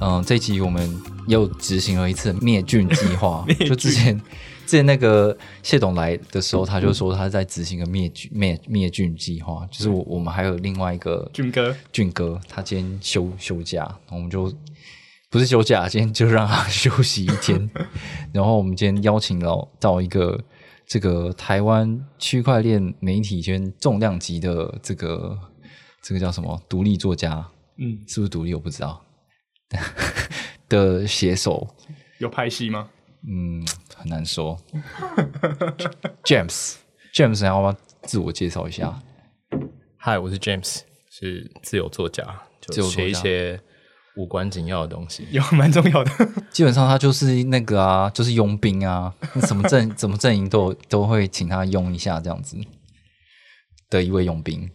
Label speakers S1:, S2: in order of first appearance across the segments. S1: 嗯，这一集我们又执行了一次 灭菌计划，就之前之前那个谢董来的时候，他就说他在执行个灭菌灭灭菌计划，就是我我们还有另外一个
S2: 俊哥，
S1: 俊哥，他今天休休假，然后我们就不是休假，今天就让他休息一天。然后我们今天邀请了到一个这个台湾区块链媒体圈重量级的这个这个叫什么独立作家，
S2: 嗯，
S1: 是不是独立我不知道 的写手，
S2: 有拍戏吗？
S1: 嗯，很难说。James James，你要不要自我介绍一下？
S3: 嗨，我是 James，是自由作家，
S1: 自
S3: 就
S1: 由作家
S3: 写一些无关紧要的东西。
S2: 有，蛮重要的。
S1: 基本上他就是那个啊，就是佣兵啊，什么阵什么阵营都有都会请他佣一下这样子的一位佣兵。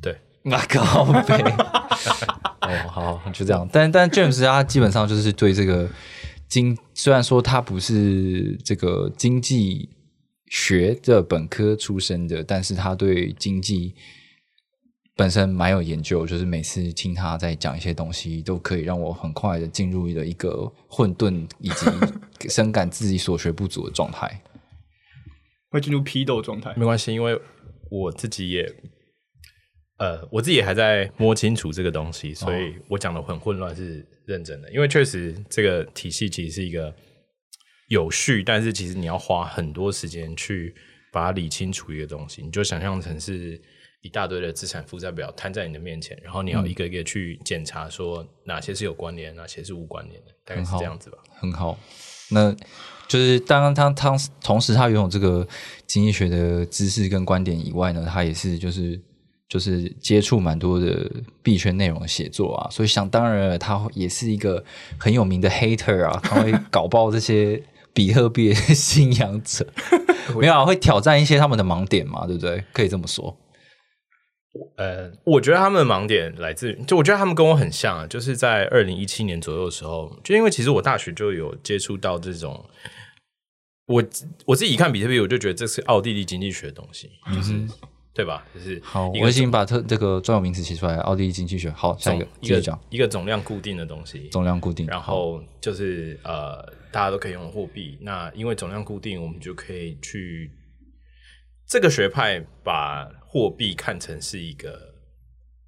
S3: 对，
S1: 啊靠背，哦好，就这样。但但 James 他基本上就是对这个经，虽然说他不是这个经济学的本科出身的，但是他对经济本身蛮有研究，就是每次听他在讲一些东西，都可以让我很快的进入了一个混沌以及 深感自己所学不足的状态。
S2: 会进入批斗状态
S3: 没。关系，因为我自己也，呃，我自己也还在摸清楚这个东西，所
S1: 哦
S3: 以我讲的很混乱是认真的。因为确实这个体系其实是一个有序，但是其实你要花很多时间去把它理清楚一个东西。你就想象成是一大堆的资产负债表摊在你的面前，然后你
S1: 嗯
S3: 要一个一个去检查，说哪些是有关联，哪些是无关联的，大概
S1: 很
S3: 是
S1: 好
S3: 这样子吧。
S1: 很好。那就是当然他他同时他拥有这个经济学的知识跟观点以外呢，他也是就是就是接触蛮多的币圈内容的写作啊，所以想当然了，他也是一个很有名的 hater 啊，他会搞爆这些比特币的信仰者，没有、啊、会挑战一些他们的盲点嘛，对不对？可以这么说。
S3: 呃，我觉得他们的盲点来自，就我觉得他们跟我很像啊，就是在二零一七年左右的时候，就因为其实我大学就有接触到这种，我我自己一看比特币，我就觉得这是奥地利经济学的东西，就是、对吧？就是
S1: 嗯好，
S3: 一
S1: 我
S3: 个
S1: 已经把特这个专有名词写出来，奥地利经济学。好，下一个
S3: 总
S1: 继
S3: 一
S1: 续
S3: 个
S1: 讲
S3: 一个总量固定的东西，
S1: 总量固定，
S3: 然后就是呃，大家都可以用货币。那因为总量固定，我们就可以去这个学派把货币看成是一个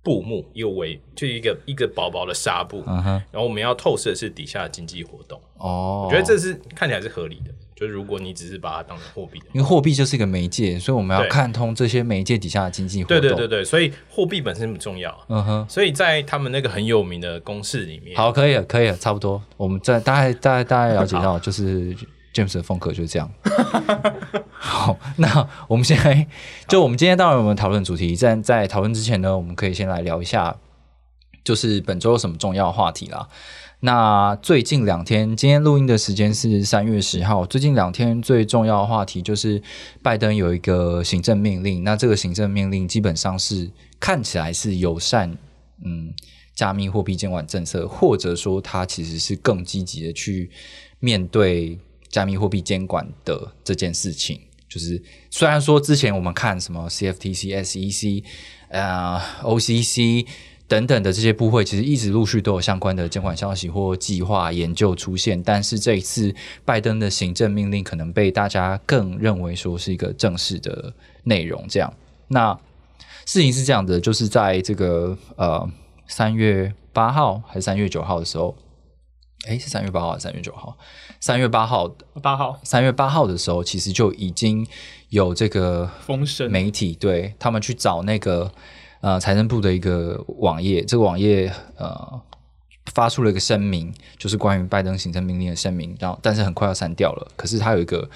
S3: 布幕，一个围，就一个一个薄薄的纱布。
S1: 嗯哼，
S3: 然后我们要透视的是底下的经济活动，
S1: 哦，
S3: 我觉得这是看起来是合理的。就是如果你只是把它当成货币的话，
S1: 因为货币就是一个媒介，所以我们要
S3: 对
S1: 看通这些媒介底下的经济活动。
S3: 对对对，对，所以货币本身不重要。
S1: 嗯哼，
S3: 所以在他们那个很有名的公式里面，
S1: 好，可以了，可以了，差不多。我们在大概大概大概了解到，就是 James 的风格就是这样。 好，那我们现在就我们今天当然我们讨论主题，在在讨论之前呢，我们可以先来聊一下，就是本周有什么重要话题啦。那最近两天，今天录音的时间是三月十号。最近两天最重要的话题就是拜登有一个行政命令，那这个行政命令基本上是看起来是友善，嗯，加密货币监管政策，或者说它其实是更积极的去面对加密货币监管的这件事情。就是虽然说之前我们看什么 CFTC、SEC、呃 OCC 等等的这些部会，其实一直陆续都有相关的监管消息或计划研究出现，但是这一次拜登的行政命令可能被大家更认为说是一个正式的内容。这样，那事情是这样的，就是在这个呃三月八号还是三月九号的时候，诶，是三月八号还是三月九号？三月八号
S2: 八号
S1: 三月八号的时候，其实就已经有这个
S2: 风声
S1: 媒体对他们去找那个呃财政部的一个网页，这个网页呃发出了一个声明，就是关于拜登行政命令的声明，然后但是很快要删掉了。可是它有一个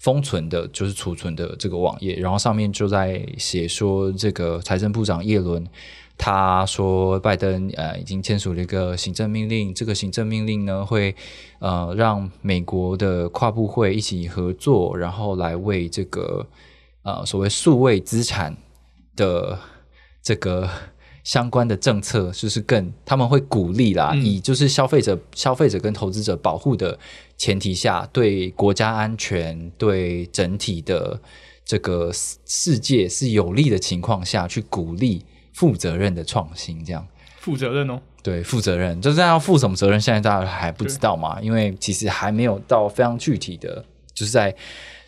S1: 封存的，就是储存的这个网页，然后上面就在写说，这个财政部长耶伦他说，拜登呃已经签署了一个行政命令，这个行政命令呢会呃让美国的跨部会一起合作，然后来为这个呃所谓数位资产的这个相关的政策，就是更他们会鼓励啦，以就是消费者、消费者跟投资者保护的前提下，对国家安全、对整体的这个世世界是有利的情况下，去鼓励负责任的创新，这样。
S2: 负责任哦，
S1: 对，负责任，就是要负什么责任，现在大家还不知道嘛，因为其实还没有到非常具体的，就是在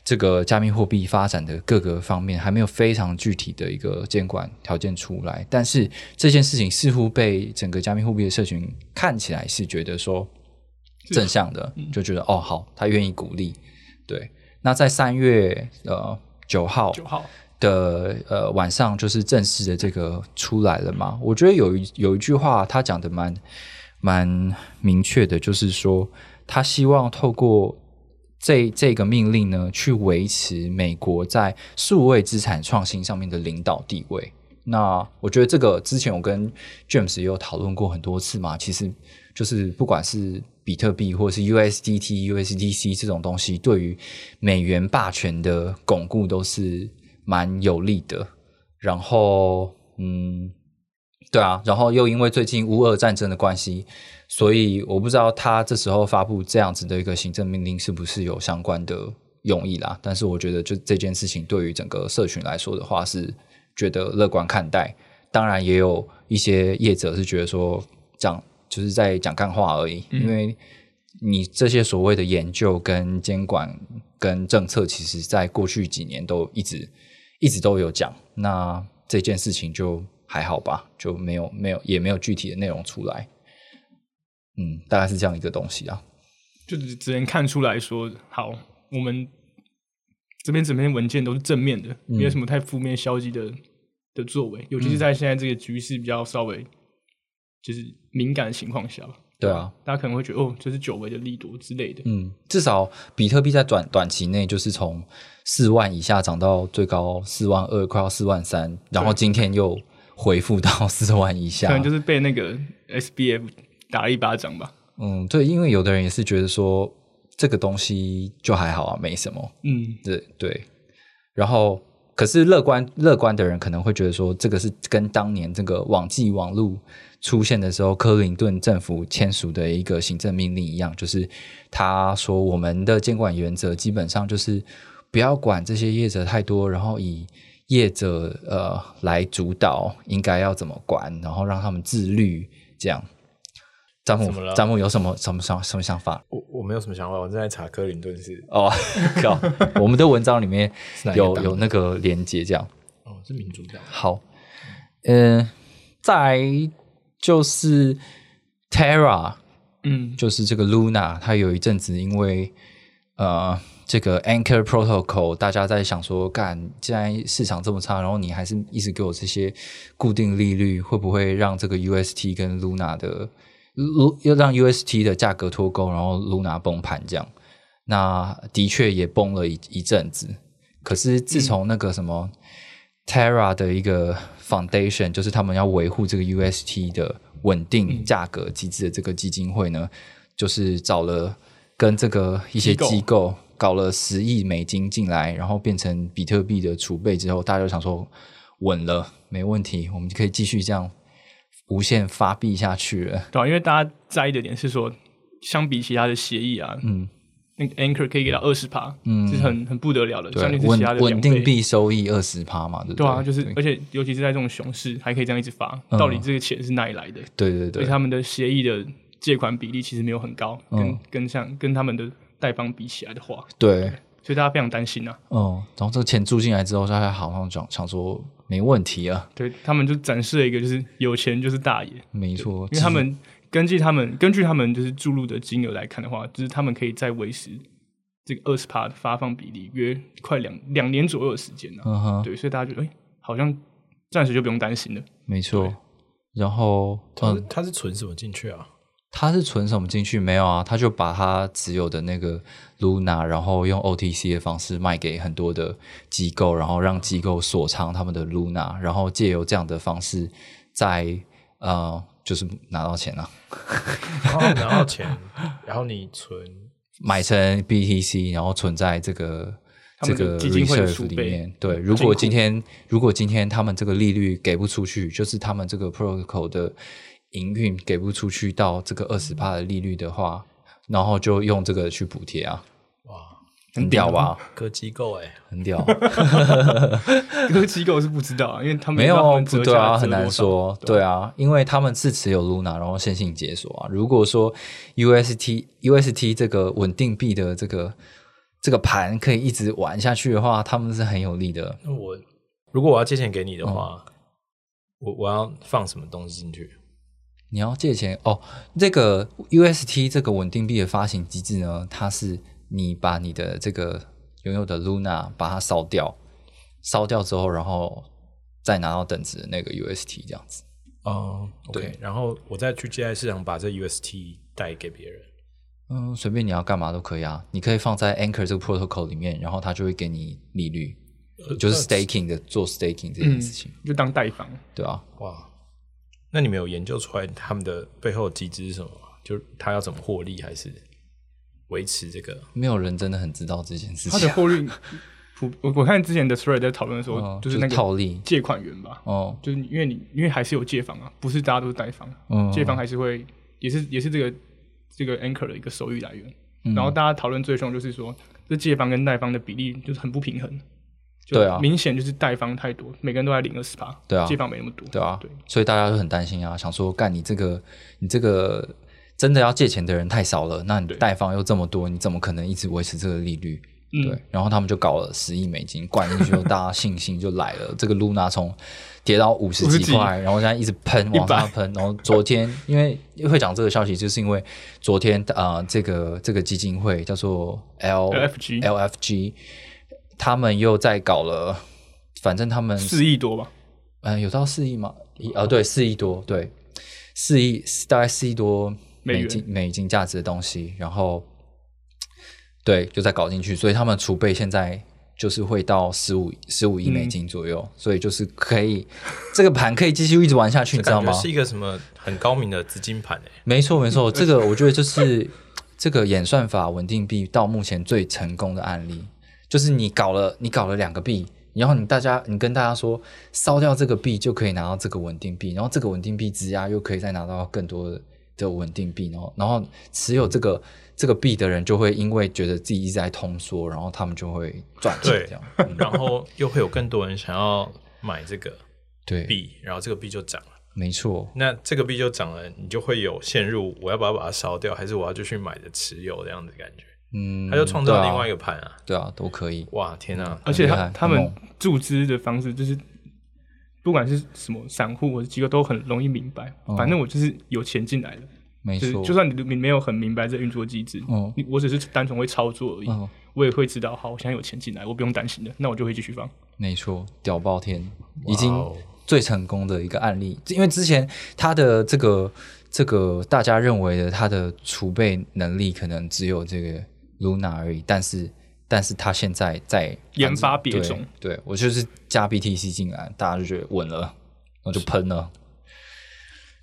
S1: 这个加密货币发展的各个方面，还没有非常具体的一个监管条件出来。但是这件事情似乎被整个加密货币的社群看起来是觉得说正向的，就觉得哦好，他愿意鼓励。对，那在三月呃九号，
S2: 九号
S1: 的呃晚上就是正式的这个出来了嘛。我觉得有一有一句话他讲的蛮蛮明确的，就是说他希望透过这这个命令呢，去维持美国在数位资产创新上面的领导地位。那我觉得这个之前我跟 James 也有讨论过很多次嘛，其实就是不管是比特币或是 USDT、USDC 这种东西，对于美元霸权的巩固都是蛮有利的。然后，嗯，对啊，然后又因为最近乌俄战争的关系，所以我不知道他这时候发布这样子的一个行政命令是不是有相关的用意啦。但是我觉得，就这件事情对于整个社群来说的话，是觉得乐观看待。当然，也有一些业者是觉得说讲就是在讲干话而已，因为你这些所谓的研究跟监管跟政策，其实在过去几年都一直一直都有讲。那这件事情就还好吧，就没有没有也没有具体的内容出来。嗯，大概是这样一个东西啊。
S2: 就只只能看出来说，好，我们这边整篇文件都是正面的，没有什么太负面、消极的的作为，尤其是在现在这个局势比较稍微就是敏感的情况下吧。
S1: 对啊，
S2: 大家可能会觉得哦，这是久违的利多之类的。
S1: 嗯，至少比特币在短短期内就是从四万以下涨到最高四万二，快要四万三，然后今天又回复到 四万以下，
S2: 可能就是被那个 SBF 打了一巴掌吧。
S1: 嗯，对，因为有的人也是觉得说这个东西就还好啊，没什么，
S2: 嗯，
S1: 对对。然后，可是乐观乐观的人可能会觉得说，这个是跟当年这个网际网路出现的时候，克林顿政府签署的一个行政命令一样，就是他说我们的监管原则基本上就是不要管这些业者太多，然后以业者呃来主导应该要怎么管，然后让他们自律这样。詹姆
S3: 怎么，了
S1: 詹姆有什么什么想什么想法？
S3: 我我没有什么想法，我正在查克林顿是
S1: 哦， 靠！我们的文章里面
S3: 哪一个
S1: 有
S3: 党
S1: 有那个连接，这样
S3: 哦是民主党，
S1: 好。嗯、再来就是 Terra，
S2: 嗯，
S1: 就是这个 Luna，它有一阵子因为呃这个 Anchor Protocol，大家在想说，干，既然市场这么差，然后你还是一直给我这些固定利率，会不会让这个 UST 跟 Luna 的 Lu 要让 UST 的价格脱钩，然后 Luna 崩盘这样？那的确也崩了一一阵子，可是
S2: 嗯
S1: 自从那个什么 Terra 的一个 foundation，就是他们要维护这个 UST 的稳
S2: 嗯
S1: 定价格机制的这个基金会呢，就是找了跟这个一些
S2: 机构
S1: 机构搞了十亿美金进来，然后变成比特币的储备之后，大家就想说稳了，没问题，我们就可以继续这样无限发币下去了。
S2: 对啊、因为大家在意的点是说，相比其他的协议啊，
S1: 嗯，
S2: 那个 Anchor 可以给到二十趴，
S1: 嗯
S2: 这是很很不得了的，
S1: 对
S2: 相，对是其他
S1: 稳
S2: 的
S1: 稳
S2: 两倍
S1: 定币收益二十趴嘛，对不
S2: 对
S1: 对？
S2: 啊，就是
S1: 对
S2: 而且尤其是在这种熊市，还可以这样一直发，
S1: 嗯
S2: 到底这个钱是哪里来的？
S1: 对对
S2: 所以
S1: 对，
S2: 他们的协议的借款比例其实没有很高，
S1: 嗯
S2: 跟跟像跟他们的贷方比起来的话，
S1: 对。
S2: 所以大家非常担心啊。
S1: 哦，然后这个钱注进来之后，他还好像讲想说没问题啊，
S2: 对他们就展示了一个就是有钱就是大爷，
S1: 没错，
S2: 因为他们根据他们根据他们就是注入的金额来看的话，就是他们可以再维持这个二十趴的发放比例，约快两两年左右的时间呢、啊。
S1: 嗯哼，
S2: 对，所以大家觉得哎、好像暂时就不用担心了。
S1: 没错。然后
S3: 他是
S1: 嗯，
S3: 他是存什么进去啊？
S1: 他是存什么进去？没有啊，他就把他持有的那个 Luna，然后用 OTC 的方式卖给很多的机构，然后让机构锁仓他们的 Luna，然后借由这样的方式在呃，就是拿到钱啊，
S3: 然后拿到钱，然后你存，
S1: 买成 BTC，然后存在这个
S2: 他
S1: 这
S2: 们
S1: 个
S2: 的基金会的
S1: reserve
S2: 储
S1: 里
S2: 备
S1: 面。对，如果今天如果今天他们这个利率给不出去，就是他们这个 protocol 的营运给不出去到这个二十帕的利率的话，然后就用这个去补贴啊，
S3: 哇，
S1: 很屌
S2: 啊
S1: 吧？
S3: 割机构哎、
S1: 很屌，
S2: 这个机构是不知道啊，因为他 们
S1: 没
S2: 不
S1: 有不
S2: 知道他们折
S1: 对
S2: 价
S1: 啊，
S2: 折
S1: 很难
S2: 多少
S1: 说，对啊，因为他们是持有 Luna，然后线性解锁啊。如果说 UST UST 这个稳定币的这个这个盘可以一直玩下去的话，他们是很有利的。
S3: 那我如果我要借钱给你的话，
S1: 嗯
S3: 我我要放什么东西进去？
S1: 你要借钱哦，这个 UST 这个稳定币的发行机制呢，它是你把你的这个拥有的 Luna 把它烧掉，烧掉之后，然后再拿到等值的那个 UST 这样子。
S3: 哦、
S1: 对
S3: 对，然后我再去借贷市场把这 UST 贷给别人。
S1: 嗯，随便你要干嘛都可以啊，你可以放在 Anchor 这个 protocol 里面，然后它就会给你利率，
S2: 呃
S1: 就是 staking 的做 staking 这件事情，
S2: 就当代 房。
S1: 对啊，
S3: 哇，那你们有研究出来他们的背后的机制是什么吗？就是他要怎么获利，还是维持这个？
S1: 没有人真的很知道这件事
S2: 它
S1: 情
S2: 的，获利，我我我看之前的 thread 在讨论的时候
S1: 嗯，
S2: 就是那
S1: 就是套
S2: 个
S1: 利
S2: 借款源吧，
S1: 哦，
S2: 就是因为你因为还是有借房啊，不是大家都是贷房，
S1: 嗯
S2: 借房还是会也是也是这个这个 anchor 的一个收益来源。
S1: 嗯
S2: 然后大家讨论最凶就是说，这借方跟贷方的比例就是很不平衡，就
S1: 对啊
S2: 明显就是贷方太多，每个人都在领二十趴，
S1: 对啊
S2: 借方没那么多，
S1: 对啊
S2: 对，
S1: 所以大家都很担心啊，想说干你这个你这个真的要借钱的人太少了，那你
S2: 对
S1: 贷方又这么多，你怎么可能一直维持这个利率？
S2: 嗯
S1: 对，然后他们就搞了十亿美金灌进去，就大家信心就来 了。这个 Luna 从跌到五十
S2: 50
S1: 几
S2: 几
S1: 块，然后现在一直喷往上
S2: 100
S1: 喷，然后昨 天因为会讲这个消息，就是因为昨天啊，呃这个这个基金会叫做 L
S2: LFG
S1: LFG，他们又在搞了，反正他们
S2: 四亿多吧，
S1: 嗯，有到四亿吗？一呃，对，四亿多，对，四亿大概四亿多
S2: 美
S1: 美
S2: 元
S1: 金美金价值的东西，然后对，就再搞进去，所以他们储备现在就是会到十五十五亿美
S3: 嗯
S1: 金左右，所以就是可以这个盘可以继续一直玩下去，你知道
S3: 感觉
S1: 吗？
S3: 是一个什么很高明的资金盘哎、
S1: 没错，没错，这个我觉得就是这个演算法稳定币到目前最成功的案例，就是你搞了你搞了两个币，然后你大家你跟大家说烧掉这个币就可以拿到这个稳定币，然后这个稳定币质押又可以再拿到更多的稳定币，然后然后持有这个这个币的人就会因为觉得自己一直在通缩，然后他们就会赚钱
S3: 对
S1: 这样。
S3: 然后又会有更多人想要买这个
S1: 对，
S3: 币，然后这个币就涨了。
S1: 没错，
S3: 那这个币就涨了，你就会有陷入我要不要把它烧掉，还是我要继续买着持有这样子的感觉？
S1: 嗯，
S3: 它就创造
S1: 对啊
S3: 另外一个盘啊！
S1: 对啊，都可以。
S3: 哇，天啊！
S2: 而且
S1: 很厉害
S2: 他他
S1: 很
S2: 们
S1: 猛
S2: 注资的方式就是，不管是什么散户或者机构都很容易明白，
S1: 哦
S2: 反正我就是有钱进来了。
S1: 没
S2: 就是
S1: 错，
S2: 就算你你没有很明白这运作机制，
S1: 嗯
S2: 你我只是单纯会操作而已，
S1: 嗯
S2: 我也会知道，好，我现在有钱进来，我不用担心的，那我就会继续放。
S1: 没错，屌爆天，已经
S3: 哇哦
S1: 最成功的一个案例。因为之前他的这个这个大家认为的他的储备能力可能只有这个 Luna 而已，但是但是他现在在
S2: 研发别种
S1: 对，对我就是加 BTC 进来，大家就觉得稳了，然后就喷了。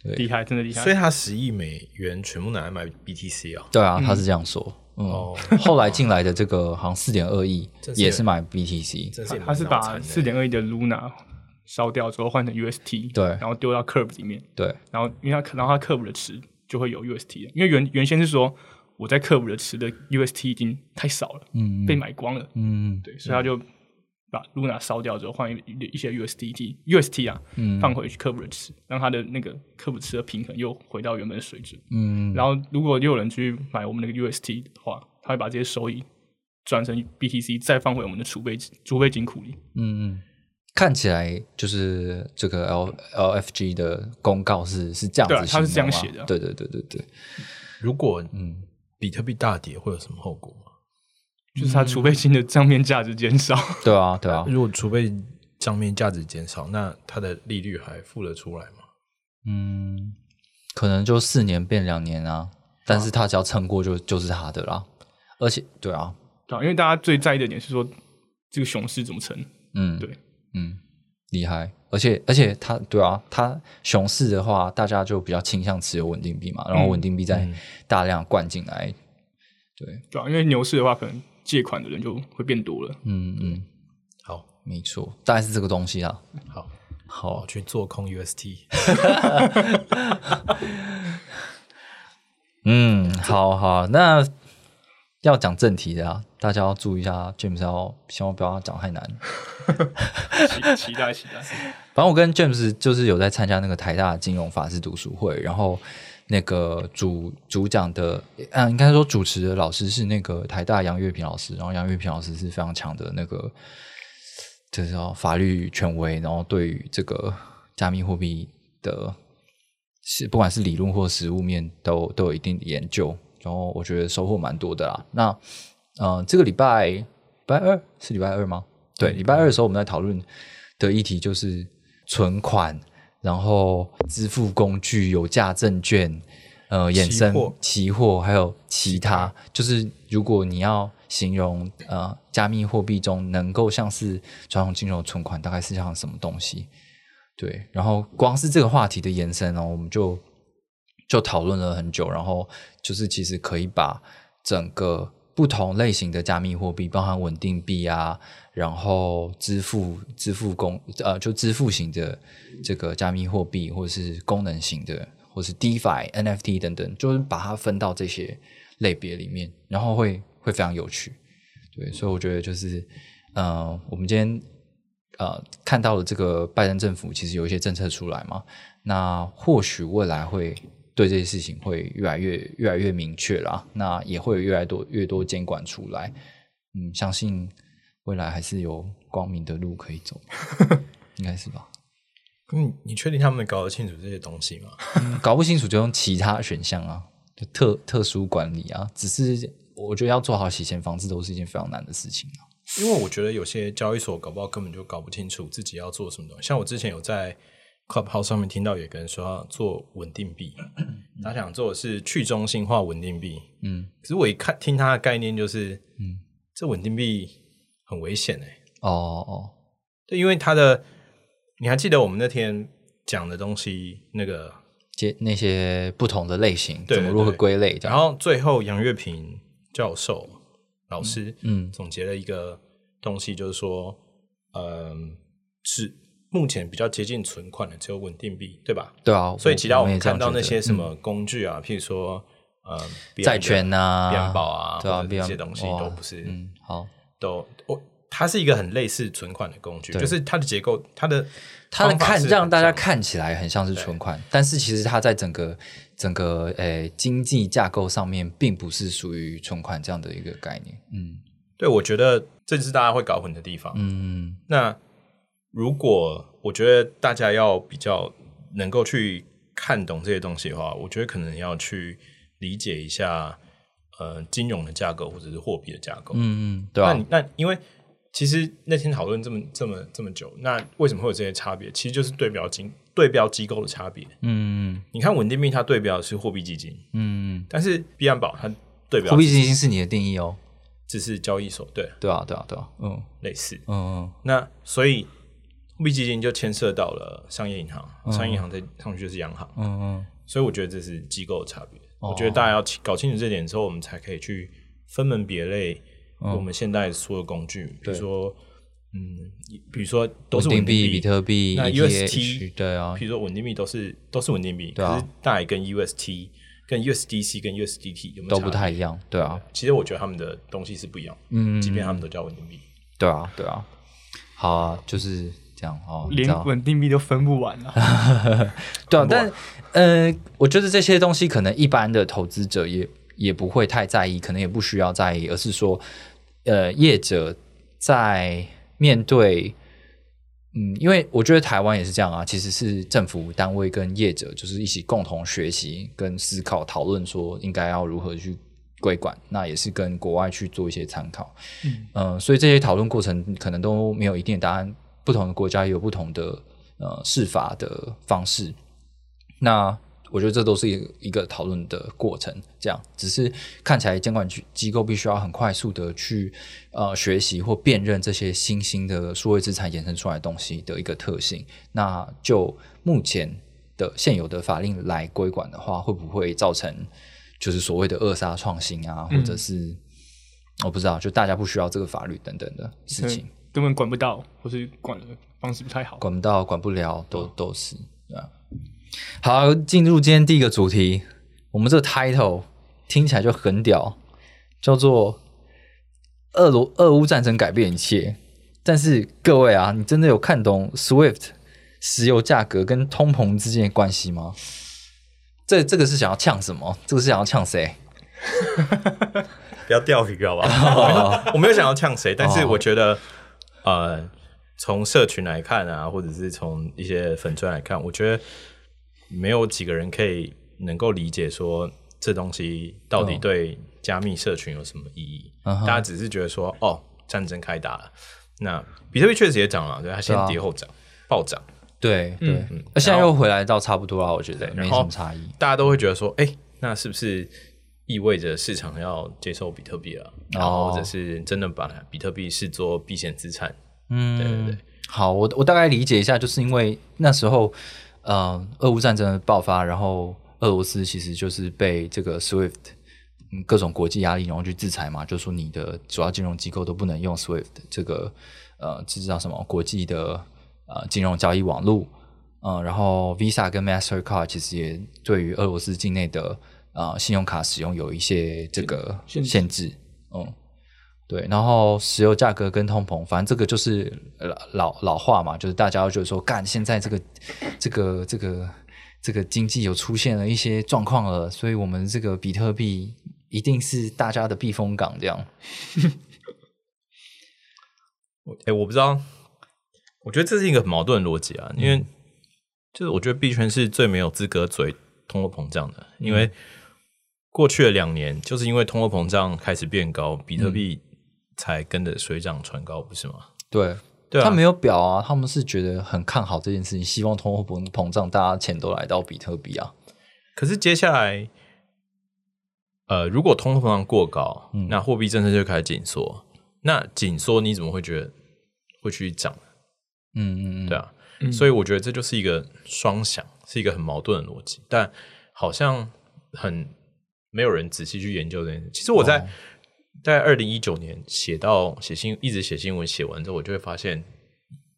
S1: 对
S2: 厉害，真的厉
S3: 所以
S2: 害。
S3: 它十亿美元全部拿来买 BTC 哦。
S1: 对啊，他是这样说。嗯，
S3: 哦
S1: 后来进来的这个好像四点二亿
S3: 真是
S1: 也是买 BTC，
S3: 真是
S2: 他是把四
S3: 点
S2: 点二亿的 Luna 烧掉之后换成 UST，
S1: 对
S2: 然后丢到 Curve 里面，
S1: 对
S2: 然后因为它然后它 Curve 的池就会有 UST，了因为原原先是说我在 Curve 的池的 UST 已经太少了，嗯，被买光了，
S1: 嗯，
S2: 对，所以他就把 Luna 烧掉之后，换一一些 USDT、UST 啊，
S1: 嗯
S2: 放回去 Curve 的池，让它的那个 Curve 池的平衡又回到原本的水准。嗯，然后如果又有人去买我们那个 UST 的话，他会把这些收益转成 BTC，再放回我们的储备储备金库里。
S1: 嗯，嗯，看起来就是这个 L L F G 的公告是是这样
S2: 对啊
S1: 子形容啊，
S2: 它是这样写的啊
S1: 对对对对对，
S3: 如果
S1: 嗯，
S3: 比特币大跌会有什么后果吗？
S2: 就是它储备金的账面价值减少，
S1: 对啊对
S2: 嗯
S1: 啊，
S3: 如果储备账面价值减少，那它的利率还付得出来吗？
S1: 嗯，可能就四年变两年啊，但是他只要撑过就就是他的啦。而且，对啊，
S2: 对啊，因为大家最在意的点是说这个熊市怎么成，
S1: 嗯，
S2: 对，
S1: 嗯，厉害。而且而且他对啊，他熊市的话，大家就比较倾向持有稳定币嘛，
S2: 嗯
S1: 然后稳定币再大量灌进来。对，
S2: 对啊，因为牛市的话，可能借款的人就会变多了。
S1: 嗯嗯，
S3: 好
S1: 没错，大概是这个东西啦。
S3: 好，
S1: 好
S3: 我，去做空 UST，
S1: 嗯，好好，那要讲正题的啊，大家要注意一下，James 要千万不要讲太难。
S2: 期期待期待，
S1: 反正我跟 James 就是有在参加那个台大的金融法治读书会，然后那个主主讲的，嗯、应该说主持的老师是那个台大杨月平老师，然后杨月平老师是非常强的那个，就是说法律权威，然后对于这个加密货币的，是不管是理论或实物面都都有一定的研究，然后我觉得收获蛮多的啦。那呃，这个礼拜礼拜二是礼拜二吗？对，
S3: 嗯
S1: 礼拜二的时候我们在讨论的议题就是存款，然后支付工具、有价证券，呃，衍生
S3: 期货
S1: 期货还有其他，就是如果你要形容呃加密货币中能够像是传统金融存款，大概是像什么东西？对，然后光是这个话题的延伸哦，我们就就讨论了很久，然后就是其实可以把整个不同类型的加密货币，包含稳定币啊，然后支付支付功呃就支付型的这个加密货币，或是功能型的，或是 DeFi、NFT 等等，就是把它分到这些类别里面，然后会会非常有趣。对，所以我觉得就是，呃，我们今天呃看到了这个拜登政府其实有一些政策出来嘛，那或许未来会对这些事情会越来越越来越明确啦，那也会有越来多越多监管出来，嗯，相信未来还是有光明的路可以走，应该是吧？
S3: 嗯，你确定他们搞得清楚这些东西吗？
S1: 嗯搞不清楚就用其他选项啊，就特特殊管理啊，只是我觉得要做好洗钱防治都是一件非常难的事情啊。
S3: 因为我觉得有些交易所搞不好根本就搞不清楚自己要做什么东西。像我之前有在 Clubhouse 上面听到有个人说要做稳定币，他想做的是去中心化稳定币。
S1: 嗯，
S3: 可是我一看听他的概念就是，
S1: 嗯
S3: 嗯，这稳定币很危险哎、
S1: 哦哦，
S3: 对，因为它的，你还记得我们那天讲的东西那个，
S1: 接那些不同的类型，
S3: 对
S1: 怎么如何归类这
S3: 然
S1: 样。
S3: 后最后杨月平教授老师，
S1: 嗯嗯
S3: 总结了一个东西，就是说，嗯，是目前比较接近存款的只有稳定币，对吧？
S1: 对啊，
S3: 所以其他我
S1: 也
S3: 们
S1: 这样
S3: 看到
S1: 觉得嗯
S3: 那些什么工具啊，譬如说呃，币安的
S1: 债券啊、
S3: 币安宝啊，
S1: 对啊，
S3: 或者
S1: 币
S3: 这
S1: 安
S3: 些东西
S1: 哇
S3: 都不是，
S1: 嗯，好，
S3: 都我。它是一个很类似存款的工具，
S1: 对
S3: 就是它的结构，它的
S1: 它的
S3: 方法
S1: 看
S3: 是
S1: 让
S3: 很
S1: 大家
S3: 像的
S1: 看起来很像是存款，但是其实它在整个整个诶经济架构上面，并不是属于存款这样的一个概念。嗯
S3: 对，我觉得这就是大家会搞混的地方。
S1: 嗯
S3: 那如果我觉得大家要比较能够去看懂这些东西的话，我觉得可能要去理解一下呃金融的架构或者是货币的架构。
S1: 嗯嗯，对
S3: 那
S1: 啊
S3: 你，那因为其实那天讨论这么这么这么久，那为什么会有这些差别？其实就是对标金对标机构的差别。
S1: 嗯
S3: 你看稳定币它对标的是货币基金，
S1: 嗯嗯，
S3: 但是币安宝它对标
S1: 货币基金是你的定义哦。
S3: 只是交易所，对，
S1: 对啊对啊对啊，嗯
S3: 类似。
S1: 嗯
S3: 那所以货币基金就牵涉到了商业银行，商业银行再上去就是央行，
S1: 嗯嗯
S3: 所以我觉得这是机构的差别。
S1: 哦
S3: 我觉得大家要清搞清楚这点之后，我们才可以去分门别类我们现在所有工具，比
S1: 嗯对
S3: 如说，嗯，比如说
S1: 嗯，
S3: 都是
S1: 稳定
S3: 币，
S1: 币、比特币、
S3: 那
S1: ETH，
S3: UST
S1: 对啊
S3: 比，如说稳定币都是都是稳定币，
S1: 对啊
S3: 可是大概跟 UST、跟 USDC、跟 USDT 有没有
S1: 都不
S3: 差别
S1: 太一样，对啊。
S3: 其实我觉得他们的东西是不一样，
S1: 嗯
S3: 即便他们都叫稳定币，
S1: 对啊，对啊，好啊，就是这样哦。 你知
S2: 连
S1: 道
S2: 稳定币都分不完啊。
S1: 对啊，但呃，我觉得这些东西可能一般的投资者也也不会太在意，可能也不需要在意，而是说，呃，业者在面对。嗯，因为我觉得台湾也是这样啊，其实是政府单位跟业者就是一起共同学习跟思考讨论，说应该要如何去规管，那也是跟国外去做一些参考。嗯，所以这些讨论过程可能都没有一定的答案，不同的国家也有不同的呃释法的方式。那我觉得这都是一个一个讨论的过程，这样只是看起来监管局机构必须要很快速的去呃学习或辨认这些新兴的数位资产衍生出来的东西的一个特性。那就目前的现有的法令来规管的话，会不会造成就是所谓的扼杀创新啊，或者是、我不知道，就大家不需要这个法律等等的事情，
S2: 根本管不到，或是管的方式不太好。
S1: 管不到、管不了，都都是对啊。好，进入今天第一个主题，我们这个 title 听起来就很屌，叫做“俄罗俄乌战争改变一切”。但是各位啊，你真的有看懂 SWIFT 石油价格跟通膨之间的关系吗？这这个是想要呛什么？这个是想要呛谁？
S3: 不要钓鱼好不
S1: 哦
S3: 好？ 我没有想要呛谁，但是我觉得，呃，从社群来看啊，或者是从一些粉砖来看，我觉得没有几个人可以能够理解说这东西到底
S1: 嗯
S3: 对加密社群有什么意义。
S1: 嗯哼
S3: 大家只是觉得说，哦，战争开打了。那比特币确实也涨了，对，它先
S1: 对啊
S3: 跌后涨，暴涨。
S1: 对对，
S3: 嗯
S1: 那现在又回来到差不多了，我觉得
S3: 对
S1: 没
S3: 然
S1: 什
S3: 后
S1: 么差异。
S3: 大家都会觉得说，哎、那是不是意味着市场要接受比特
S1: 哦
S3: 币了？然后或者是真的把比特币视作避险资产？
S1: 嗯，
S3: 对对对。
S1: 好，我我大概理解一下，就是因为那时候，呃，俄乌战争的爆发，然后俄罗斯其实就是被这个 SWIFT 嗯各种国际压力，然后去制裁嘛，就说你的主要金融机构都不能用 SWIFT 这个呃，这叫什么国际的呃金融交易网络，嗯、然后 Visa 跟 Mastercard 其实也对于俄罗斯境内的呃信用卡使用有一些这个
S2: 限制
S1: 限制嗯。对，然后石油价格跟通膨，反正这个就是呃老老话嘛，就是大家都觉得说，干现在这个这个这个这个经济有出现了一些状况了，所以我们这个比特币一定是大家的避风港，这样。
S3: 哎、我不知道，我觉得这是一个很矛盾的逻辑啊，因
S1: 嗯
S3: 为就是我觉得币圈是最没有资格嘴通货膨胀的，因
S1: 嗯
S3: 为过去的两年就是因为通货膨胀开始变高，
S1: 嗯
S3: 比特币才跟着水涨船高，不是吗？
S1: 对，
S3: 对啊
S1: 他没有表啊，他们是觉得很看好这件事情，希望通货膨膨胀，大家钱都来到比特币啊。
S3: 可是接下来，呃，如果通货膨胀过高，那货币政策就开始紧缩。那紧缩你怎么会觉得会去涨？
S1: 嗯嗯嗯，
S3: 对啊， 所以我觉得这就是一个双响，是一个很矛盾的逻辑，但好像很没有人仔细去研究这件事。其实我在、
S1: 哦
S3: 在二零一九年写到写新一直写新闻写完之后，我就会发现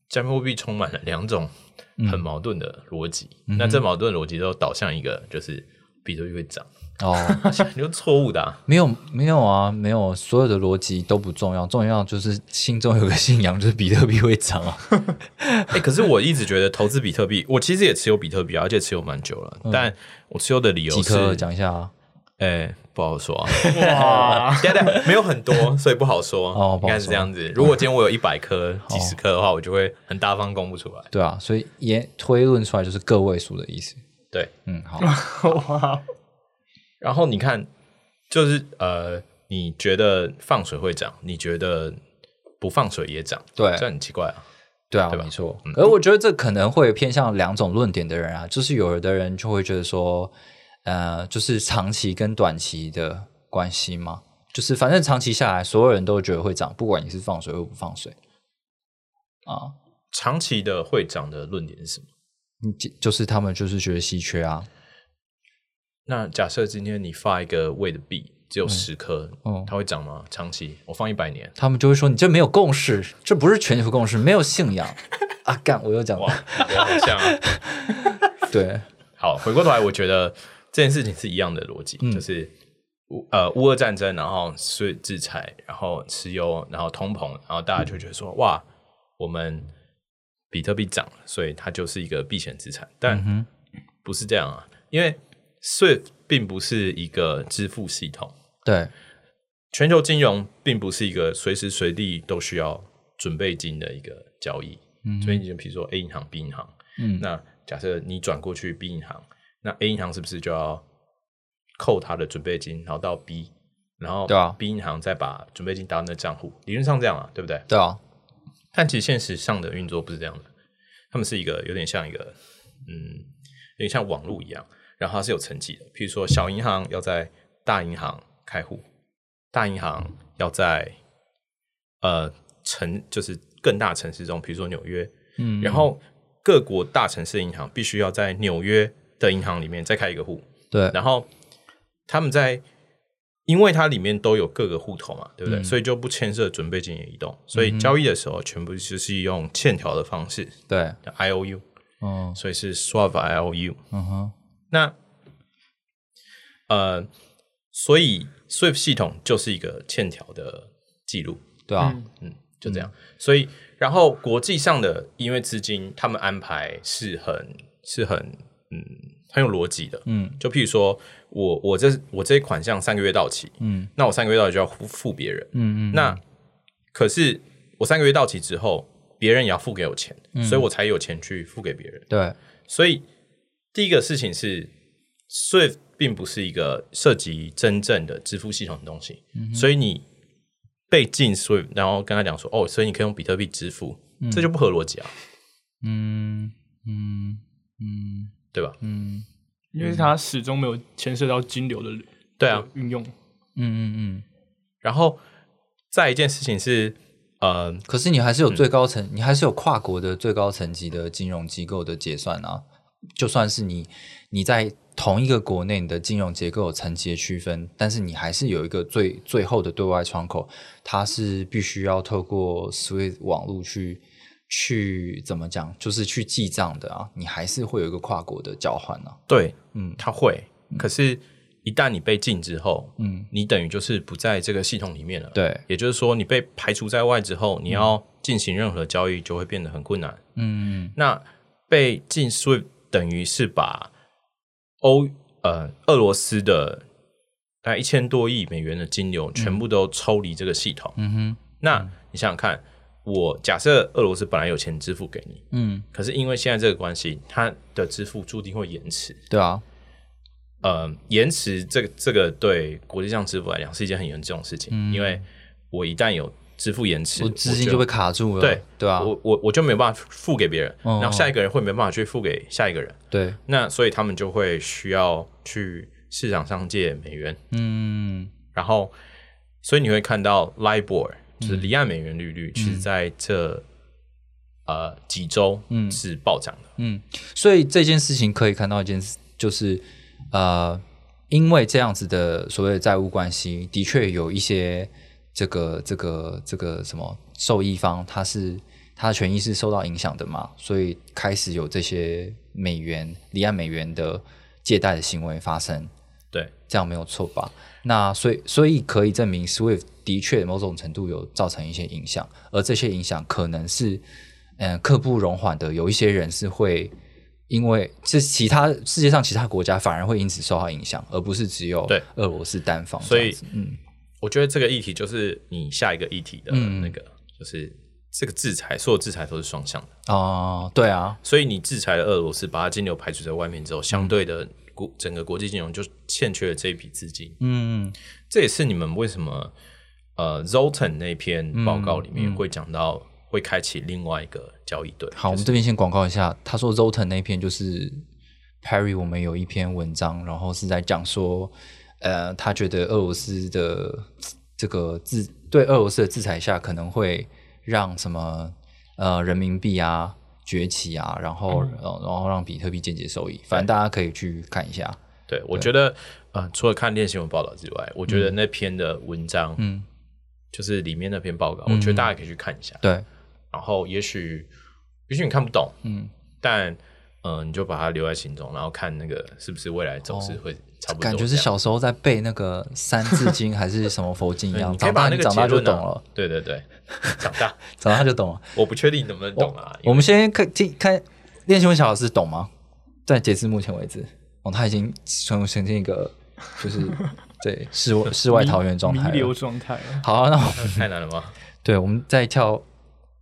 S3: 加密货币充满了两种
S1: 嗯
S3: 很矛盾的逻辑，那这矛盾的逻辑都导向一个就是比特币会涨，
S1: 哦，
S3: 就错误的、啊。
S1: 没有没有啊，没有，所有的逻辑都不重要，重要就是心中有个信仰，就是比特币会涨啊。
S3: 哎、可是我一直觉得投资比特币，我其实也持有比特币啊，而且持有蛮久了，但我持有的理由
S1: 嗯几颗
S3: 是
S1: 讲一下啊。
S3: 哎、不好说啊，
S2: 哇，
S3: 对啊对，没有 很多，所以不好说。
S1: 哦不好说
S3: 应该是这样子。如果今天我有一百颗、几十颗的话，我就会很大方公布出来。
S1: 对啊，所以也推论出来就是个位数的意思。
S3: 对，
S1: 嗯，好，
S2: 哇，
S3: 然后你看，就是呃，你觉得放水会涨，你觉得不放水也涨，
S1: 对
S3: 这很奇怪啊。
S1: 对啊，
S3: 对吧嗯
S1: 没错。而我觉得这可能会偏向两种论点的人啊，就是有的人就会觉得说，呃，就是长期跟短期的关系嘛，就是反正长期下来，所有人都觉得会涨，不管你是放水或不放水啊，
S3: 长期的会涨的论点是什么？
S1: 你就就是他们就是觉得稀缺啊，
S3: 那假设今天你发一个位的币，只有十颗，
S1: 哦
S3: 它会涨吗？长期我放一百年，
S1: 他们就会说你这没有共识，这不是全球共识，没有信仰啊！干，我又讲
S3: 哇，好像、啊。
S1: 对，
S3: 好，回过头来，我觉得这件事情是一样的逻辑，就是乌呃乌俄战争，然后是制裁，然后石油，然后通膨，然后大家就觉得说，哇，我们比特币涨了，所以它就是一个避险资产，
S1: 嗯
S3: 但不是这样啊，因为 SWIFT 并不是一个支付系统，
S1: 对，
S3: 全球金融并不是一个随时随地都需要准备金的一个交易，嗯，所以你就比如说 A 银行、B 银行，
S1: 嗯
S3: 那假设你转过去 B 银行，那 A 银行是不是就要扣它的准备金，然后到 B，然后
S1: 对啊
S3: B 银行再把准备金打到那账户，理论上这样啊，对不对？
S1: 对啊，
S3: 但其实现实上的运作不是这样的，他们是一个有点像一个嗯，有点像网络一样，然后它是有层级的，譬如说小银行要在大银行开户，大银行要在呃城就是更大城市中，比如说纽约，
S1: 嗯
S3: 然后各国大城市的银行必须要在纽约的银行里面再开一个户，
S1: 对，
S3: 然后他们在，因为它里面都有各个户头嘛，对不对？所以就不牵涉准备金也移动，所以交易的时候全部就是用欠条的方式
S1: 对，
S3: 叫，I O U，
S1: 嗯
S3: 所以是 swap I O U。
S1: 嗯哼，
S3: 那呃，所以 SWIFT 系统就是一个欠条的记录，
S1: 对啊，
S3: 嗯，就这样。所以，然后国际上的因为资金，他们安排是很是很嗯很有逻辑的，
S1: 嗯，
S3: 就譬如说我我这我这款项三个月到期，
S1: 嗯
S3: 那我三个月到期就要付付别人，
S1: 嗯嗯，
S3: 那可是我三个月到期之后，别人也要付给我钱，
S1: 嗯
S3: 所以我才有钱去付给别人。
S1: 对，
S3: 所以第一个事情是，SWIFT 并不是一个涉及真正的支付系统的东西，所以你被禁 SWIFT，然后跟他讲说，哦，所以你可以用比特币支付，这就不合逻辑啊，
S1: 嗯嗯嗯
S3: 对吧？
S1: 嗯
S2: 因为它始终没有牵涉到金流的
S3: 对啊，
S2: 运用，
S1: 嗯嗯嗯。
S3: 然后再一件事情是，呃，
S1: 可是你还是有最高层，你还是有跨国的最高层级的金融机构的结算啊。就算是你你在同一个国内你的金融结构有层级的区分，但是你还是有一个最最后的对外窗口，它是必须要透过 SWIFT 网络去去怎么讲，就是去记账的啊。你还是会有一个跨国的交换啊。
S3: 对，
S1: 嗯
S3: 它会，可是。一旦你被禁之后，
S1: 嗯，
S3: 你等于就是不在这个系统里面了。
S1: 对
S3: 也就是说，你被排除在外之后，你要进行任何交易就会变得很困难。
S1: 嗯
S3: 那被禁 SWIFT 等于是把欧呃俄罗斯的大概一千多亿美元的金流全部都抽离这个系统。
S1: 嗯哼
S3: 那你想想看，我假设俄罗斯本来有钱支付给你，
S1: 嗯，
S3: 可是因为现在这个关系，它的支付注定会延迟。
S1: 对啊，
S3: 呃，延迟这个这个对国际上支付来讲是一件很严重的事情，因为我一旦有支付延迟，
S1: 嗯我资金就被卡住了，
S3: 对
S1: 对啊，
S3: 我我我就没有办法付给别人，
S1: 哦
S3: 然后下一个人会没办法去付给下一个人，
S1: 对，
S3: 那所以他们就会需要去市场上借美元，
S1: 嗯
S3: 然后所以你会看到 LIBOR 就是
S1: 嗯
S3: 离岸美元利率，其实在这呃几周
S1: 嗯
S3: 是暴涨的，
S1: 嗯，所以这件事情可以看到一件事，就是呃，因为这样子的所谓的债务关系，的确有一些这个这个这个什么受益方，他是他的权益是受到影响的嘛，所以开始有这些美元离岸美元的借贷的行为发生，
S3: 对，
S1: 这样没有错吧？那所以所以可以证明 SWIFT 的确某种程度有造成一些影响，而这些影响可能是嗯刻不容缓的，有一些人是会因为是其他世界上其他国家反而会因此受到影响，而不是只有
S3: 对
S1: 俄罗斯单方
S3: 所
S1: 这
S3: 以
S1: 样子。嗯，
S3: 我觉得这个议题就是你下一个议题的
S1: 嗯
S3: 那个，就是这个制裁，所有制裁都是双向的。
S1: 哦，对啊，
S3: 所以你制裁了俄罗斯，把它金流排除在外面之后，相对的国整个国际金融就欠缺了这一笔资金。
S1: 嗯
S3: 这也是你们为什么呃 Zoltan 那篇
S1: 嗯
S3: 报告里面会讲到会开启另外一个交易对。
S1: 好，我们这边先广告一下。他说 Zotan 那篇就是 Perry，我们有一篇文章，然后是在讲说，呃，他觉得俄罗斯的嘖这个制对俄罗斯的制裁下，可能会让什么呃人民币啊崛起啊，然后、
S3: 嗯
S1: 呃然后让比特币间接受益。反正大家可以去看一下。
S3: 对我觉得呃，除了看练新闻报道之外，我觉得那篇的文章，
S1: 嗯，
S3: 就是里面那篇报告，我觉得大家可以去看一下。
S1: 对，
S3: 然后也许也许你看不懂，
S1: 嗯，
S3: 但嗯、呃你就把它留在心中，然后看那个是不是未来走势会差不多这样、
S1: 哦感觉是小时候在背那个《三字经》还是什么佛经一
S3: 对，
S1: 样，
S3: 嗯你可以
S1: 长
S3: 把
S1: 大
S3: 那
S1: 你
S3: 个
S1: 长大
S3: 结
S1: 就
S3: 论
S1: 懂
S3: 啊
S1: 了，。
S3: 对对 对，长大，
S1: 长大就懂了。
S3: 我不确定你能不能懂啊。因
S1: 我
S3: 为
S1: 们先看听看练习问小老师懂吗？在截至目前为止，哦，他已经呈呈现一个就是对世外世外桃源状态
S2: 弥留
S1: 了。
S2: 状态啊。
S1: 好、啊，那我们
S3: 太难了吗？
S1: 对，我们再跳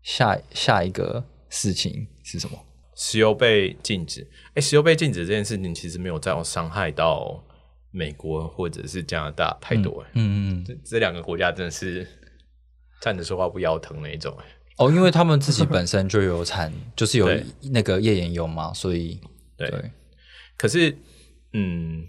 S1: 下下一个事情是什么？
S3: 石油被禁止，哎，石油被禁止这件事情其实没有在伤害到美国或者是加拿大太多、诶
S1: 嗯，嗯嗯
S3: 这这两个国家真的是站着说话不腰疼那一种、诶
S1: 哦，因为他们自己本身就有产，就是有
S3: 对
S1: 那个页岩油嘛，所以
S3: 对可是，嗯，